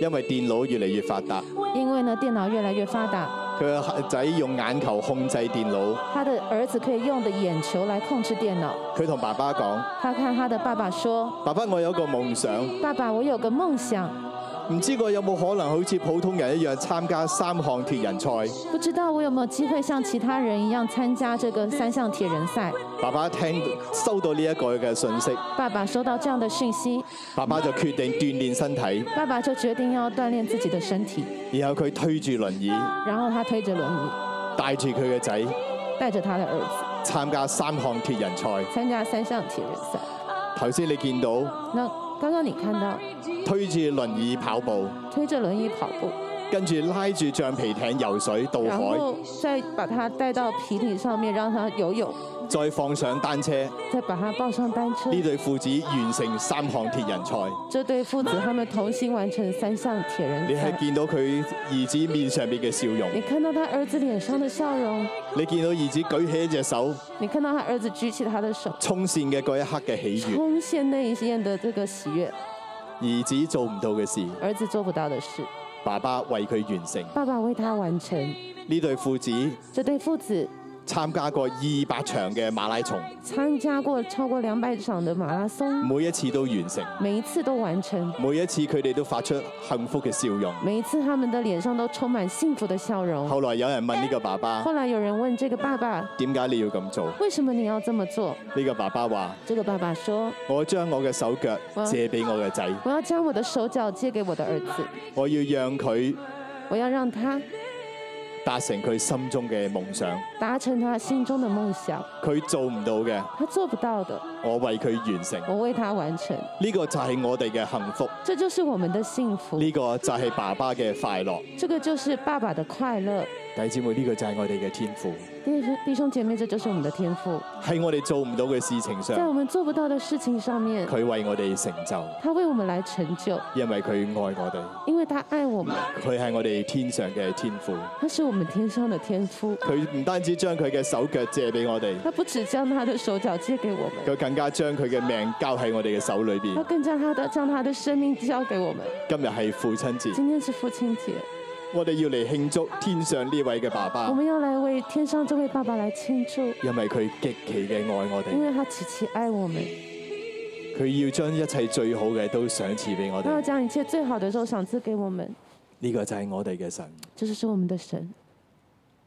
因為電腦越嚟越發達，因为呢電腦越来越发达，佢嘅仔用眼球控制電腦。他的儿子可以用的眼球来控制电脑。佢同爸爸講：他看他的爸爸说爸爸，我有個夢想，：“爸爸，我有个梦想，唔知我有冇可能好似普通人一樣參加三項鐵人賽？不知道我有没有机会像其他人一样参加这个三项铁人赛。爸爸聽收到呢一個嘅信息，”爸爸收到这样的讯息，爸爸就決定鍛鍊身體，爸爸就決定要锻炼自己的身体。然後佢推住輪椅，然后他推着轮椅，帶住佢嘅仔带着他的儿子參加三項鐵人賽。参加三项铁人赛。頭先你見到那刚刚你看到推住輪椅跑步。推着轮椅跑步，跟住拉住橡皮艇游水渡然海，后再把他带到皮艇上面，让他游泳，再放上單車。再把他抱上单车。呢對父子完成三項鐵人賽。这对父子他们同心完成三项铁你人係赛。見到佢兒子面上面嘅笑容，你看到他儿子脸上的笑容，你見到兒子舉起一隻手你看到他儿子举起他的手，衝線嘅嗰一刻嘅喜悅，冲现那一线的这个喜悦，兒子做唔到嘅事，儿子做不到的事，爸爸為佢完成。爸爸为他完成。呢對父子这对父子參加過二百場嘅馬拉松，参加过超过两百场的马拉松，每一次都完成，每一次都完成，每一次佢哋都發出幸福嘅笑容。每一次他们的脸上都充满幸福的笑容。後來有人問呢個爸爸后来有人问这个爸爸點解你要咁做，呢、为什么你要这么做？個爸爸話。这个爸爸说我將我嘅手腳借俾我嘅仔，：“我要将我的手脚借给我的儿子，我要讓佢我要让他達成佢心中嘅夢想。达成他心中的梦想。佢做唔到嘅，他做不到的，我為佢完成。我为他完成。呢、個就係我哋嘅幸福，这就是我们的幸福，呢、個就係爸爸嘅快樂。这个就是爸爸的快乐。弟兄姊妹，呢個就係我哋嘅天賦，弟兄弟兄姐妹，这就是我们的天赋，喺我哋做唔到嘅事情在上，我们做不到的事情上面，佢為我哋成就，他为我们来成就，因為佢愛我因为他愛我们，哋，佢係我哋天上嘅天賦。他是我们天上的天赋。佢唔單止將佢嘅手腳借俾我哋，他不只将他的手脚借给我们，佢更加將佢嘅命交喺我哋嘅手裏邊他。更将他的将他的生命交给我们。今日係父親節，今天是父亲节，我哋要嚟慶祝天上呢位嘅爸我爸，们要来为天上这位爸爸来庆祝，因為佢極其嘅愛我因哋，为他极其爱我们，佢要將一切最好嘅都賞賜俾我他要哋。将一切最好的都赏赐给我们。呢個就係我哋嘅神。这就是我们的神。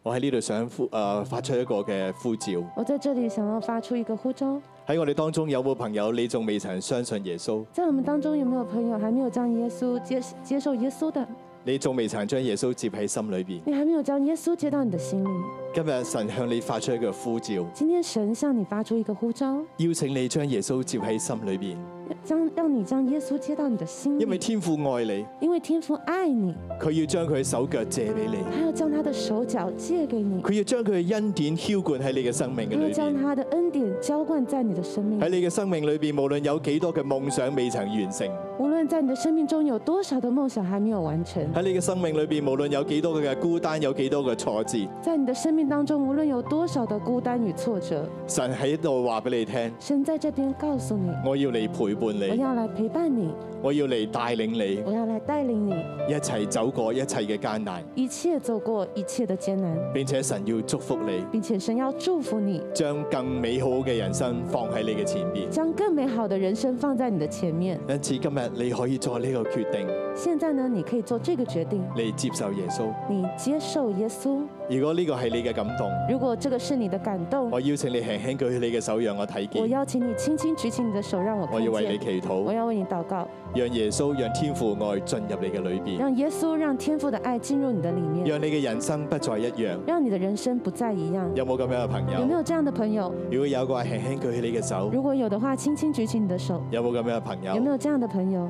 我喺呢度想呼誒、呃、發出一個嘅呼召，我在这里想要发出一个呼召，喺我哋當中有冇朋友你仲未曾相信耶穌，在我们当中有没有朋友还没有将耶稣接接受耶稣的？你仲未曾將耶穌接喺心裏邊？你还没有将耶稣接到你的心里。今日神向你發出一個呼召，今天神向你发出一个呼召，邀請你將耶穌接喺心裏邊，将让你将耶稣接到你的心因為里，天父愛你，因为天父爱你，佢要將佢手腳借俾你。他要将他的手脚借给你，佢要將佢嘅恩典浇灌喺你嘅生命嘅他要裏将邊，他的恩典浇灌在你的生命喺。你嘅生命裏邊，無論有幾多嘅夢想未曾完成，无论在你的生命中有多少的夢想还没有完成，喺你嘅生命裏邊，無論有幾多嘅孤單，有幾多嘅挫折，在你的生命当中，无论有多少的孤单与挫折，神喺度話俾你聽，神在这边告诉你，我要嚟陪伴我你，要来陪伴你，我要嚟帶領你，我要来带领你，一齊走過一切嘅艱難。一切走过一切的艰难，並且神要祝福你，并且神要祝福你，將更美好嘅人生放喺你嘅前面。将更美好的人生放在你的前面。因此今日你可以做呢個決定现在呢，你可以做这个决定，嚟接受耶穌。你接受耶稣。如果呢個係你嘅感動，如果这个是你的感动，我邀請你輕輕舉起你嘅手，讓我睇我見。邀请你轻轻举起你的手，让我我看要為你见。祈禱我。要为你祷告，让耶稣、让天父爱进入你嘅里边，让耶稣让天父的爱进入你的里面，让你嘅人生不再一样。让你的人生不再一样。有冇咁样嘅朋有没友？有这样的朋友？如果有嘅话，轻轻举起你嘅手。如果有的话，轻轻举起你的手。有冇咁样嘅朋有没友？有这样的朋友？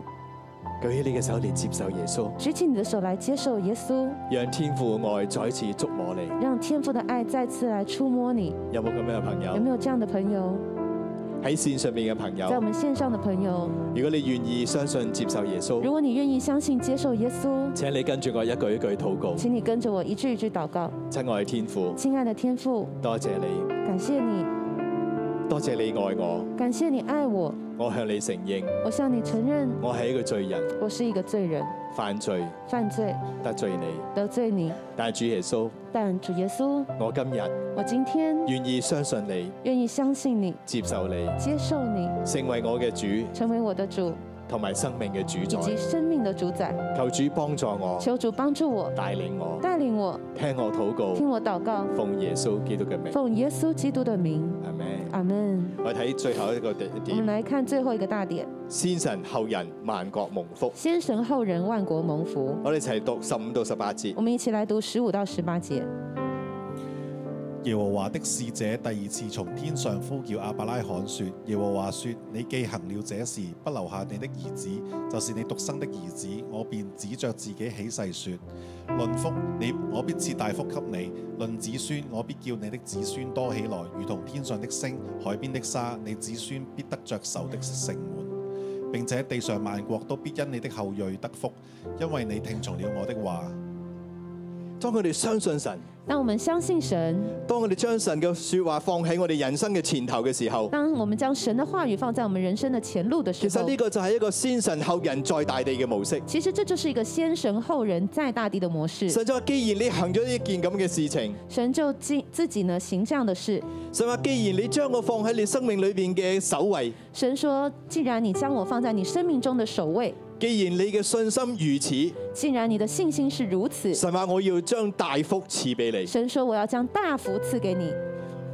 举起你嘅手嚟接受耶稣，举起你的手来接受耶稣，让天父爱再次触摸你。让天父的爱再次来触摸你。有冇咁样嘅朋有没友？有这样的朋友？喺线上面嘅朋在我友，们线上的朋友，如果你愿意相信接受耶如稣，果你愿意相信接受耶稣，请你跟住我一句一句祷告。请你跟着我一句一句祷告。亲爱嘅天父，亲爱的天父，多谢你，感谢你，多谢你爱我。感谢你爱我。我向你承认，我向你承认，我系一个罪人，我是一个罪人，犯罪犯罪得罪你。得罪你。但系主耶稣，但主耶稣，我今日我今天願意相信你，愿意相信你，接受你，接受你，成為我嘅主成为我的主同埋生命嘅主以及宰。生命的主宰。求主幫助我，求主帮助我，帶領我，带领我，聽我禱听告，我祷告，奉耶穌基督嘅名，奉耶稣基督的名，阿咩？阿门。我睇最後一個地我们點，来看最后一个大点：先神後人，萬國蒙福。先神后人，万国蒙福。我哋一齊讀十五到十八節我。们一起来读十五到十八节。耶和華的使者第二次從天上呼叫亞伯拉罕說：耶和華說，你既行了這事，不留下你的兒子，就是你獨生的兒子，我便指着自己起誓說：論福你，我必賜大福給你；論子孫，我必叫你的子孫多起來，如同天上的星、海邊的沙。你子孫必得着仇的城門，並且地上萬國都必因你的後裔得福，因為你聽從了我的話。當佢哋相信神，当我们相信神，當我哋將神嘅説話放喺我哋人生嘅前頭嘅時候，当我们将神的话语放在我们人生的前路的其时實候呢，個就係一個先神後人在大地嘅模式。其实这就是一个先神后人在大地的模式。神就話：既然你行咗呢件咁嘅事情，神就自自己呢行这样的事。神話既然你將我放喺你生命裏邊嘅首位。神说：既然你将我放在你生命中的首位，既然你嘅信心如啊既然你的信心是如此，，此神話我要將大福賜俾你。神说我要将大福赐给你。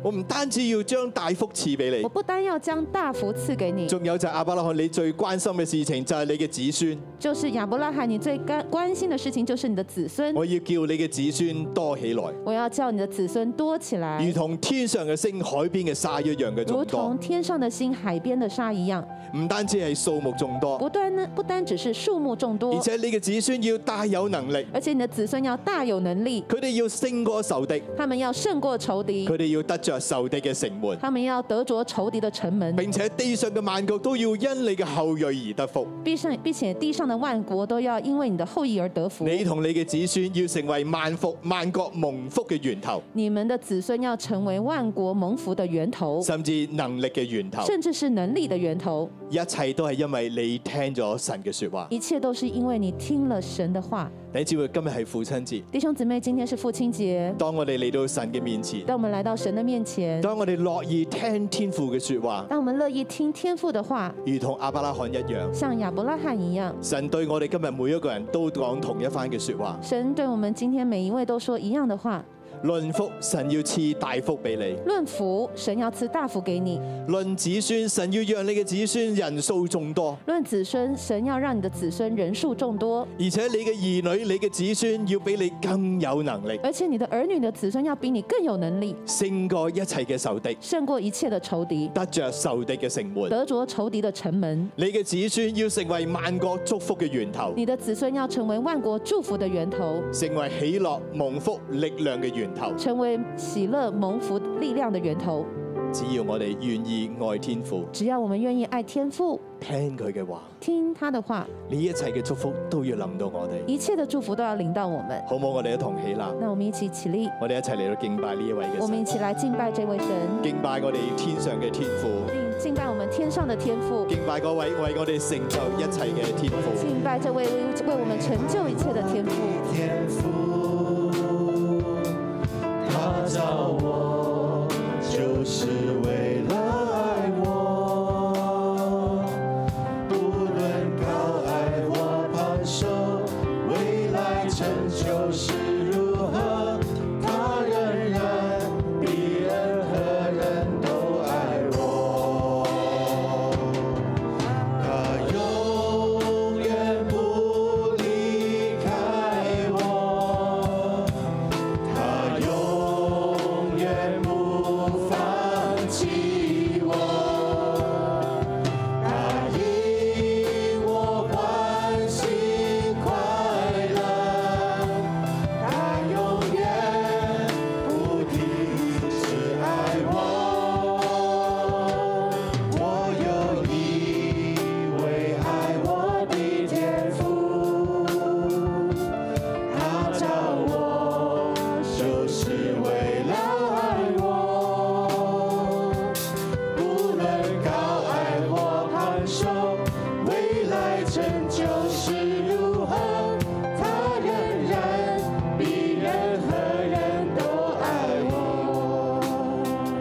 我唔單止要將大福賜俾我不单要将大福赐给你你，，仲有就係亞伯拉罕你最關心嘅事情就係你嘅子孫，就是亚伯拉罕，你最关关心的事情就是你的子孙。我要叫你嘅子孫多起來，我要叫你的子孙多起如来，同天上嘅星、海邊嘅沙一樣嘅如眾同多，天上的星、海边的沙一样。唔單止係數目眾多，不单呢，不单只是数目众多而，且你嘅子孫要大有能力，而且你的子孙要大有能力，佢哋要勝過仇敵，他们要胜过仇敌佢，哋要得着仇敵嘅城門。他们要得着仇敌的城门，並且地上嘅萬國都要因你嘅後裔而得福。必上，并且地上的万国都要因为你的后裔而得福。你同你嘅子孫要成為萬福萬國蒙福嘅源頭，你们的子孙要成为万国蒙福的源头，甚至能力嘅源頭。甚至是能力的源头。一切都係因為你聽咗神嘅说話。一切都是因为你聽了神的话。弟兄姊妹，今日係父親節，弟兄姊妹，今天是父亲节，當我哋嚟到神嘅面前，当我们来到神的面前，當我哋樂意聽天父嘅说話，当我们乐意听天父的话，如同亞伯拉罕一樣，像亚伯拉罕一样，神對我哋今日每一個人都講同一番嘅说話。神对我们今天每一位都说一样的话。論福，神要賜大福俾你；论福，神要赐大福给你；論子孫，神要讓你嘅子孫人數眾多。论子孙，神要让你的子孙人数众多，而且你嘅兒女、你嘅子孫要比你更有能力，而且你的儿女的子孙要比你更有能力，勝過一切嘅仇敵，胜过一切的仇敌，得着仇敵嘅城門。得着仇敌的城门。你嘅子孫要成為萬國祝福嘅源頭，你的子孙要成为万国祝福的源头，成為喜樂、蒙福、力量嘅源頭。成为喜乐蒙福力量的源头。只要我哋願意愛天父，只要我们愿意爱天父，聽佢嘅話，听他的话，呢一切嘅祝福都要臨到我哋，一切的祝福都要临到我们。好唔好？我哋一同起立，那我们一起起立，我哋一齊嚟到敬拜呢一位嘅我们神，一起来敬拜这位神，敬拜我哋天上嘅天父，敬敬拜我们天上的天父，敬拜嗰位為我哋成就一切嘅天父。敬拜这位为为我们成就一切的天父。天赋，他造我，就是为了爱我。不论高矮或胖瘦，未来成就是如何，他仍然比任何人都爱我。他永远不离开我，他永远不放弃我，他因我欢喜快乐，他永远不停止爱我。我有一位爱我的天父，他造我就是为了爱我。无论高矮或胖瘦，未来成就是如何，他仍然比任何人都爱我。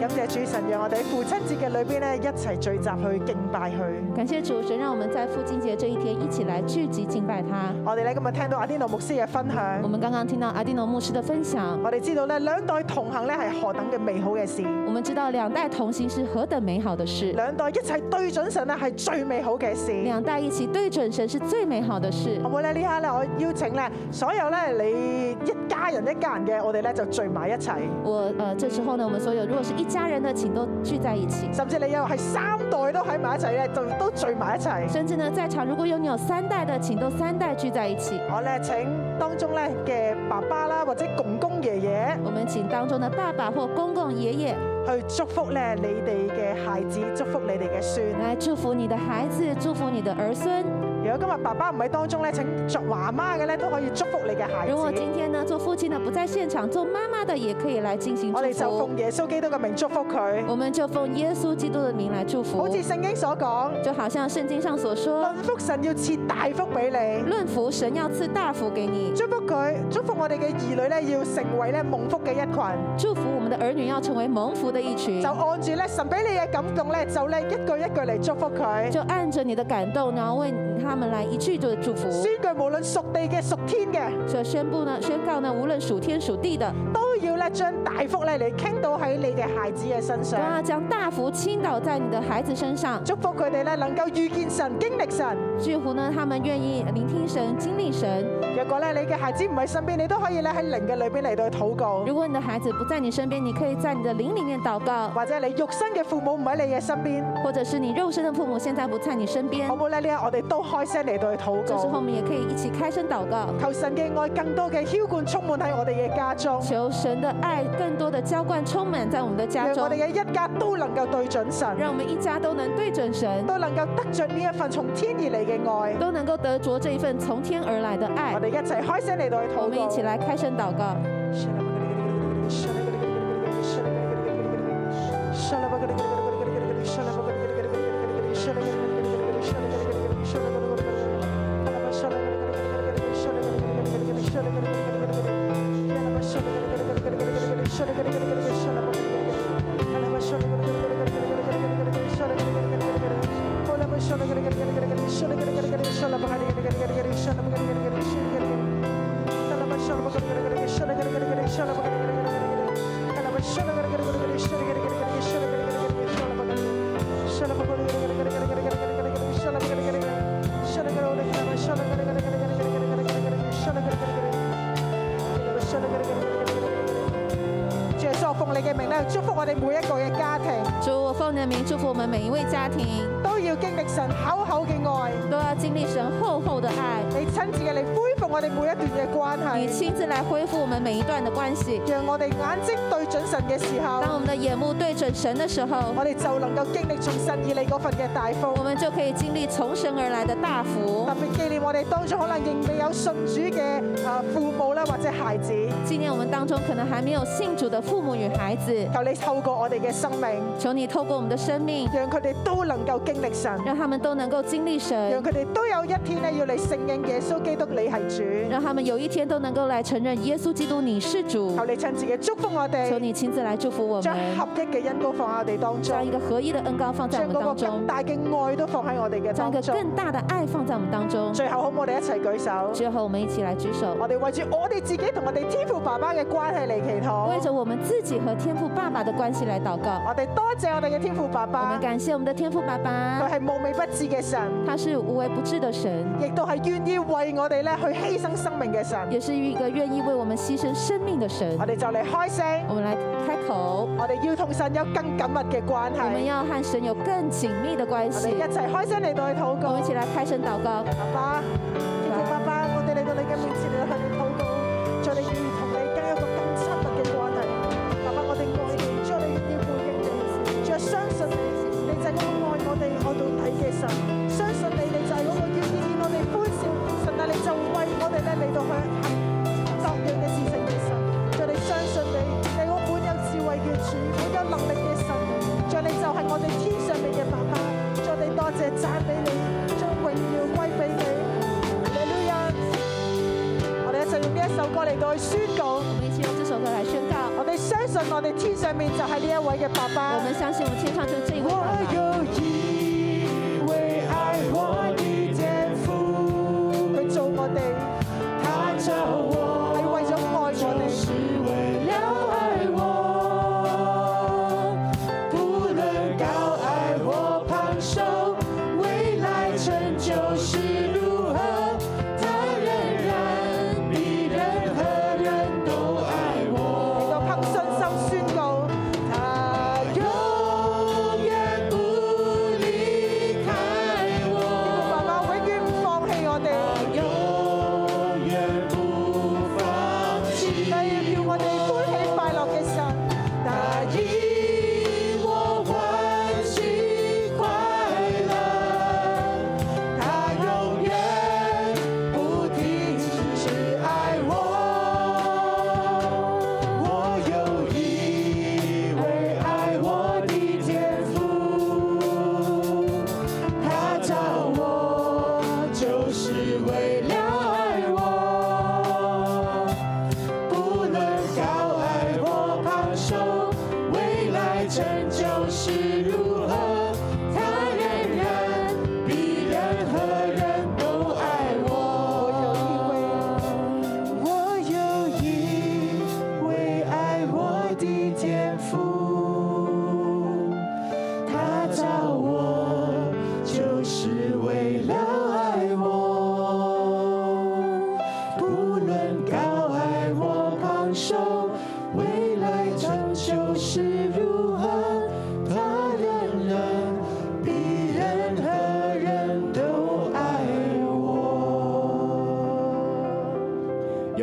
感謝主神，讓我哋喺父親節嘅裏邊咧，一齊聚集去敬拜佢。感谢主神，让我们在父亲节这一天一起来聚集敬拜他。我哋咧今日聽到阿天奴牧師嘅分我享，们刚刚听到阿蒂诺牧师的分享，我哋知道咧兩代同行咧係何等嘅美好嘅事，我们知道两代同行是何等美好的事，兩代一齊對準神咧係最美好嘅事。两代一起对准神是最美好的事好。唔好咧？呢刻咧，我邀請咧所有咧你一家人一家人嘅，我哋咧就聚埋一齊，我呃，这时候呢，我们所有如果是一家人的，请都聚在一起。甚至你有係三代都喺埋一齊咧，就都聚埋一齊。甚至呢，在场如果有你有三代的，请都三代聚在一起。我咧請當中咧嘅爸爸啦，或者公公爺爺。我们请当中的爸爸或公公、爷爷去祝福咧你哋嘅孩子，祝福你哋嘅孫。来祝福你的孩子，祝福你的儿孙。如果今日爸爸唔喺當中咧，請作媽媽嘅咧都可以祝福你嘅孩如果子。今天呢，做父亲的不在现场，做妈妈的也可以来进行我哋祝就福奉。耶穌基督嘅名祝福佢，我们就奉耶稣基督的名来祝福好，似嗯聖經所講，就好像圣经上所说，論福神要賜大福俾你，论福神要赐大福给你，祝福佢，祝福我哋嘅兒女咧要成為咧蒙福嘅一群。祝福我们的儿女要成为蒙福的一群就。按住咧神俾你嘅感動咧，就咧一句一句嚟祝福佢。就按着你的感动，然后为他们来一句就祝福。宣句無論屬地嘅、屬天嘅，这宣布呢，宣告呢，无论属天属地的，都要咧將大福咧你傾到喺你嘅孩子嘅身都要上，将大福倾倒在你的孩子身上。祝福佢哋咧能夠遇見神、經歷神。祝福呢，他们愿意聆听神、经历神。若果咧你嘅孩子唔喺身邊，你都可以咧喺靈嘅裏邊嚟到去禱告，如果你的孩子不在你身边，你可以在你的灵里面祷告，或者你肉身嘅父母唔喺你嘅身邊，或者是你肉身的父母现在不在你身边好，唔好咧？呢一刻我哋都開聲嚟到去禱这时候我告，们也可以一起开声祷告，求神嘅愛更多嘅澆灌充滿喺我哋嘅家中，求神的爱更多的浇灌充满在我们的家讓中我哋，嘅一家都能夠對準神，让我们一家都能对准神，都能夠得着呢一份從天而嚟嘅愛。都能够得着这一份从天而来的爱我。哋一齊開聲嚟到去禱告。我们一起来开声祷告。主耶穌，我奉你嘅名咧，祝福我哋每一個嘅家庭主，我奉你的名祝福我们每一位家庭，都要經歷神厚厚嘅愛，都要经历神厚厚的爱。你親自嘅嚟恢復我哋每一段嘅關你係。亲自来恢复我们每一段的关系。讓我哋眼睛對準神嘅時候，当我们的眼目对准神的时候，我哋就能夠經歷從神而嚟嗰份嘅大福我。们就可以经历从神而来的大福特。別紀念我哋當中可能仍未有信主嘅啊父母啦，或者孩子，今年我们当中可能还没有信主的父母与孩子，求你透過我哋嘅生命，求你透过我们的生命，讓佢哋都能夠經歷神，让他们都能够经历讓神，佢哋都有一天咧要嚟承認耶穌基督你係主。让他们有一天都能够来承认耶稣基督你是主求。你親自嘅祝福我求哋，你亲自来祝福我將们，合一嘅恩膏放喺我哋當将一中，个合一的恩膏放在我將们嗰個当更中，大嘅愛都放喺我哋将嘅一當个中。更大的爱放在我们当中。最後好唔好？我哋一齊舉手。之后，我们一起来举手，我哋為住我哋自己同我哋天父爸爸嘅關係嚟祈为禱。着我们自己和天父爸爸的关系来祷告。我哋多謝我哋嘅天父爸我们爸，感谢我们的天父爸佢爸，係無微不至嘅神，他是无微不至的神，亦都係願意為我哋咧去犧牲生命嘅神。也是一个愿意为我们犧牲生命的神我。哋就嚟開聲，我们来开口，我哋要同神有更緊密嘅關我们係。要和神有更紧密的关我系哋。一齊開聲嚟到去禱我告们一。起来开声祷告，爸爸，天父爸爸，我哋嚟到你嘅面前，嚟到向你禱告，再你願意同你加一個更親密嘅關係。爸爸，我哋愛你，再你願意回應你，再相信你，你就係嗰個愛我哋愛到底嘅神，相信你，你就係嗰個要見見我哋歡笑，神啊，你就為我哋咧嚟到去行各樣嘅事情嘅神，再你相信你，你我本有智慧嘅主，本有能力嘅神，再你就係我哋天上面嘅爸爸。將你多謝讚俾你，將榮耀歸俾你。哈利路亞！我哋一齊用呢一首歌嚟到去宣告，我们一起用这首歌来宣告：我哋相信我哋天上面就係呢一位嘅爸爸我。们相信我们天上就这一位我爸爸，有一位爱我的天父，佢做我哋他叫係我，為咗愛我就哋，是为了爱我，不能高矮或胖瘦，未来成就是如何，他仍然比任何人都爱我。啊嚟到憑信心宣告。他永远不啊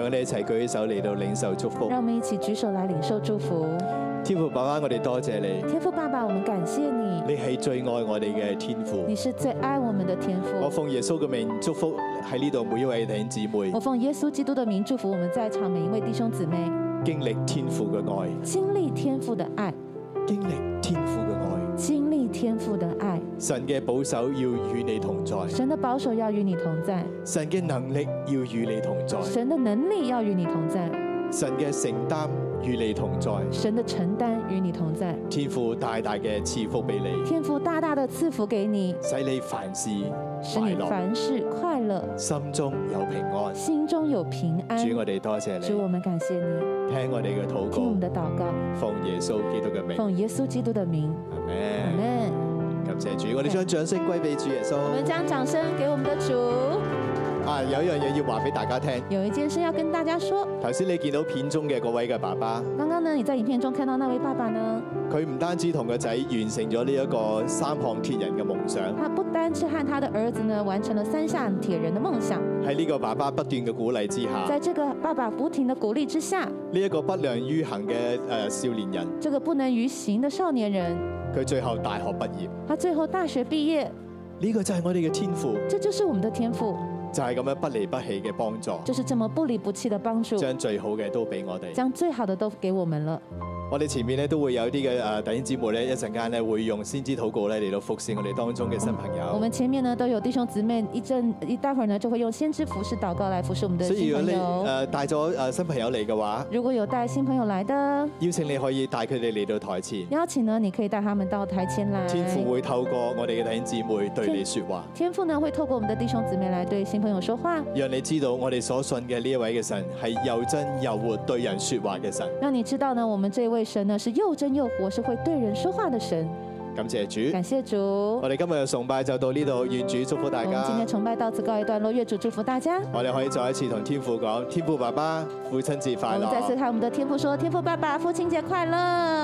我哋一齊舉起手嚟到領受祝福让。我们一起举手来领受祝福。天父爸爸，我哋多謝你，天父爸爸，我们感谢你，你係最愛我哋嘅天父你。是最爱我们的天我父。奉耶穌嘅名祝福喺呢度每一位弟兄姊妹我，奉耶稣基督的名祝福我们在场每一位弟兄姊妹，經歷天父嘅愛，经历天父的爱，經歷天父嘅愛。经历天父的爱。神嘅保守要與你同在，神的保守要与你同在，神嘅能力要與你同在，神的能力要与你同在，神嘅承擔與你同在。神的承担与你同在。天父大大嘅賜福俾你，天父大大的赐福给你，使你凡事使快你樂，凡事快乐，心中有平安。心中有平安。主，啊我哋多謝你，主，我们感谢你，聽我哋嘅禱听我告们。的祷告，奉耶穌基督嘅名，奉耶稣基督的名，阿阿門。门。感謝主，我哋將掌聲歸俾主耶穌。我们将掌声给我们的主。啊，有一樣嘢要話俾大家聽。有一件事要跟大家说，頭先你見到片中嘅嗰位嘅爸爸，刚刚呢，你在影片中看到那位爸爸呢，佢唔單止同個仔完成咗呢一個三項鐵人嘅夢想，他不单是和他的儿子呢完成了三项铁人的梦想，喺呢個爸爸不斷嘅鼓勵之下，在呢、这个爸爸不停的鼓励之下，一個不良於行嘅誒少年人，这个不能于行的少年人，佢最後大學畢業。他最后大学毕业，呢、個就係我哋嘅天賦，这就是我们的天赋，就係、咁樣不離不棄嘅幫助，就是这么不离不弃的帮助，將最好嘅都俾我哋。将最好的都给我们了。我哋前面咧都會有啲嘅誒弟兄姊妹咧，一陣間咧會用先知禱告咧嚟到服侍我哋當中嘅新朋我友。们前面呢都有弟兄姊妹一阵一待会儿呢就会用先知服饰祷告来服侍我们的所以呃新如果朋你友。誒帶咗誒新朋友嚟嘅話，如果有带新朋友来的，邀請你可以帶佢哋嚟到台前，邀请呢你可以带他们到台前来。天父會透過我哋嘅弟兄姊妹對你説話，天父呢会透過我们的弟兄姊妹来对新朋友说话，讓你知道我哋所信嘅呢一位嘅神係又真又活對人説話嘅神。让你知道呢，我们这位神呢是又真又活，是会对人说话的 Oh 神。感謝主，感谢主我，哋今日嘅崇拜就到呢度，願主祝福大我们今家天。崇拜到此告一段落，愿主祝福大家。我哋可以再一次同天父講：天父爸爸，父親節我快们再次樂！看我们的天父说：“天父爸爸，父亲节快乐！”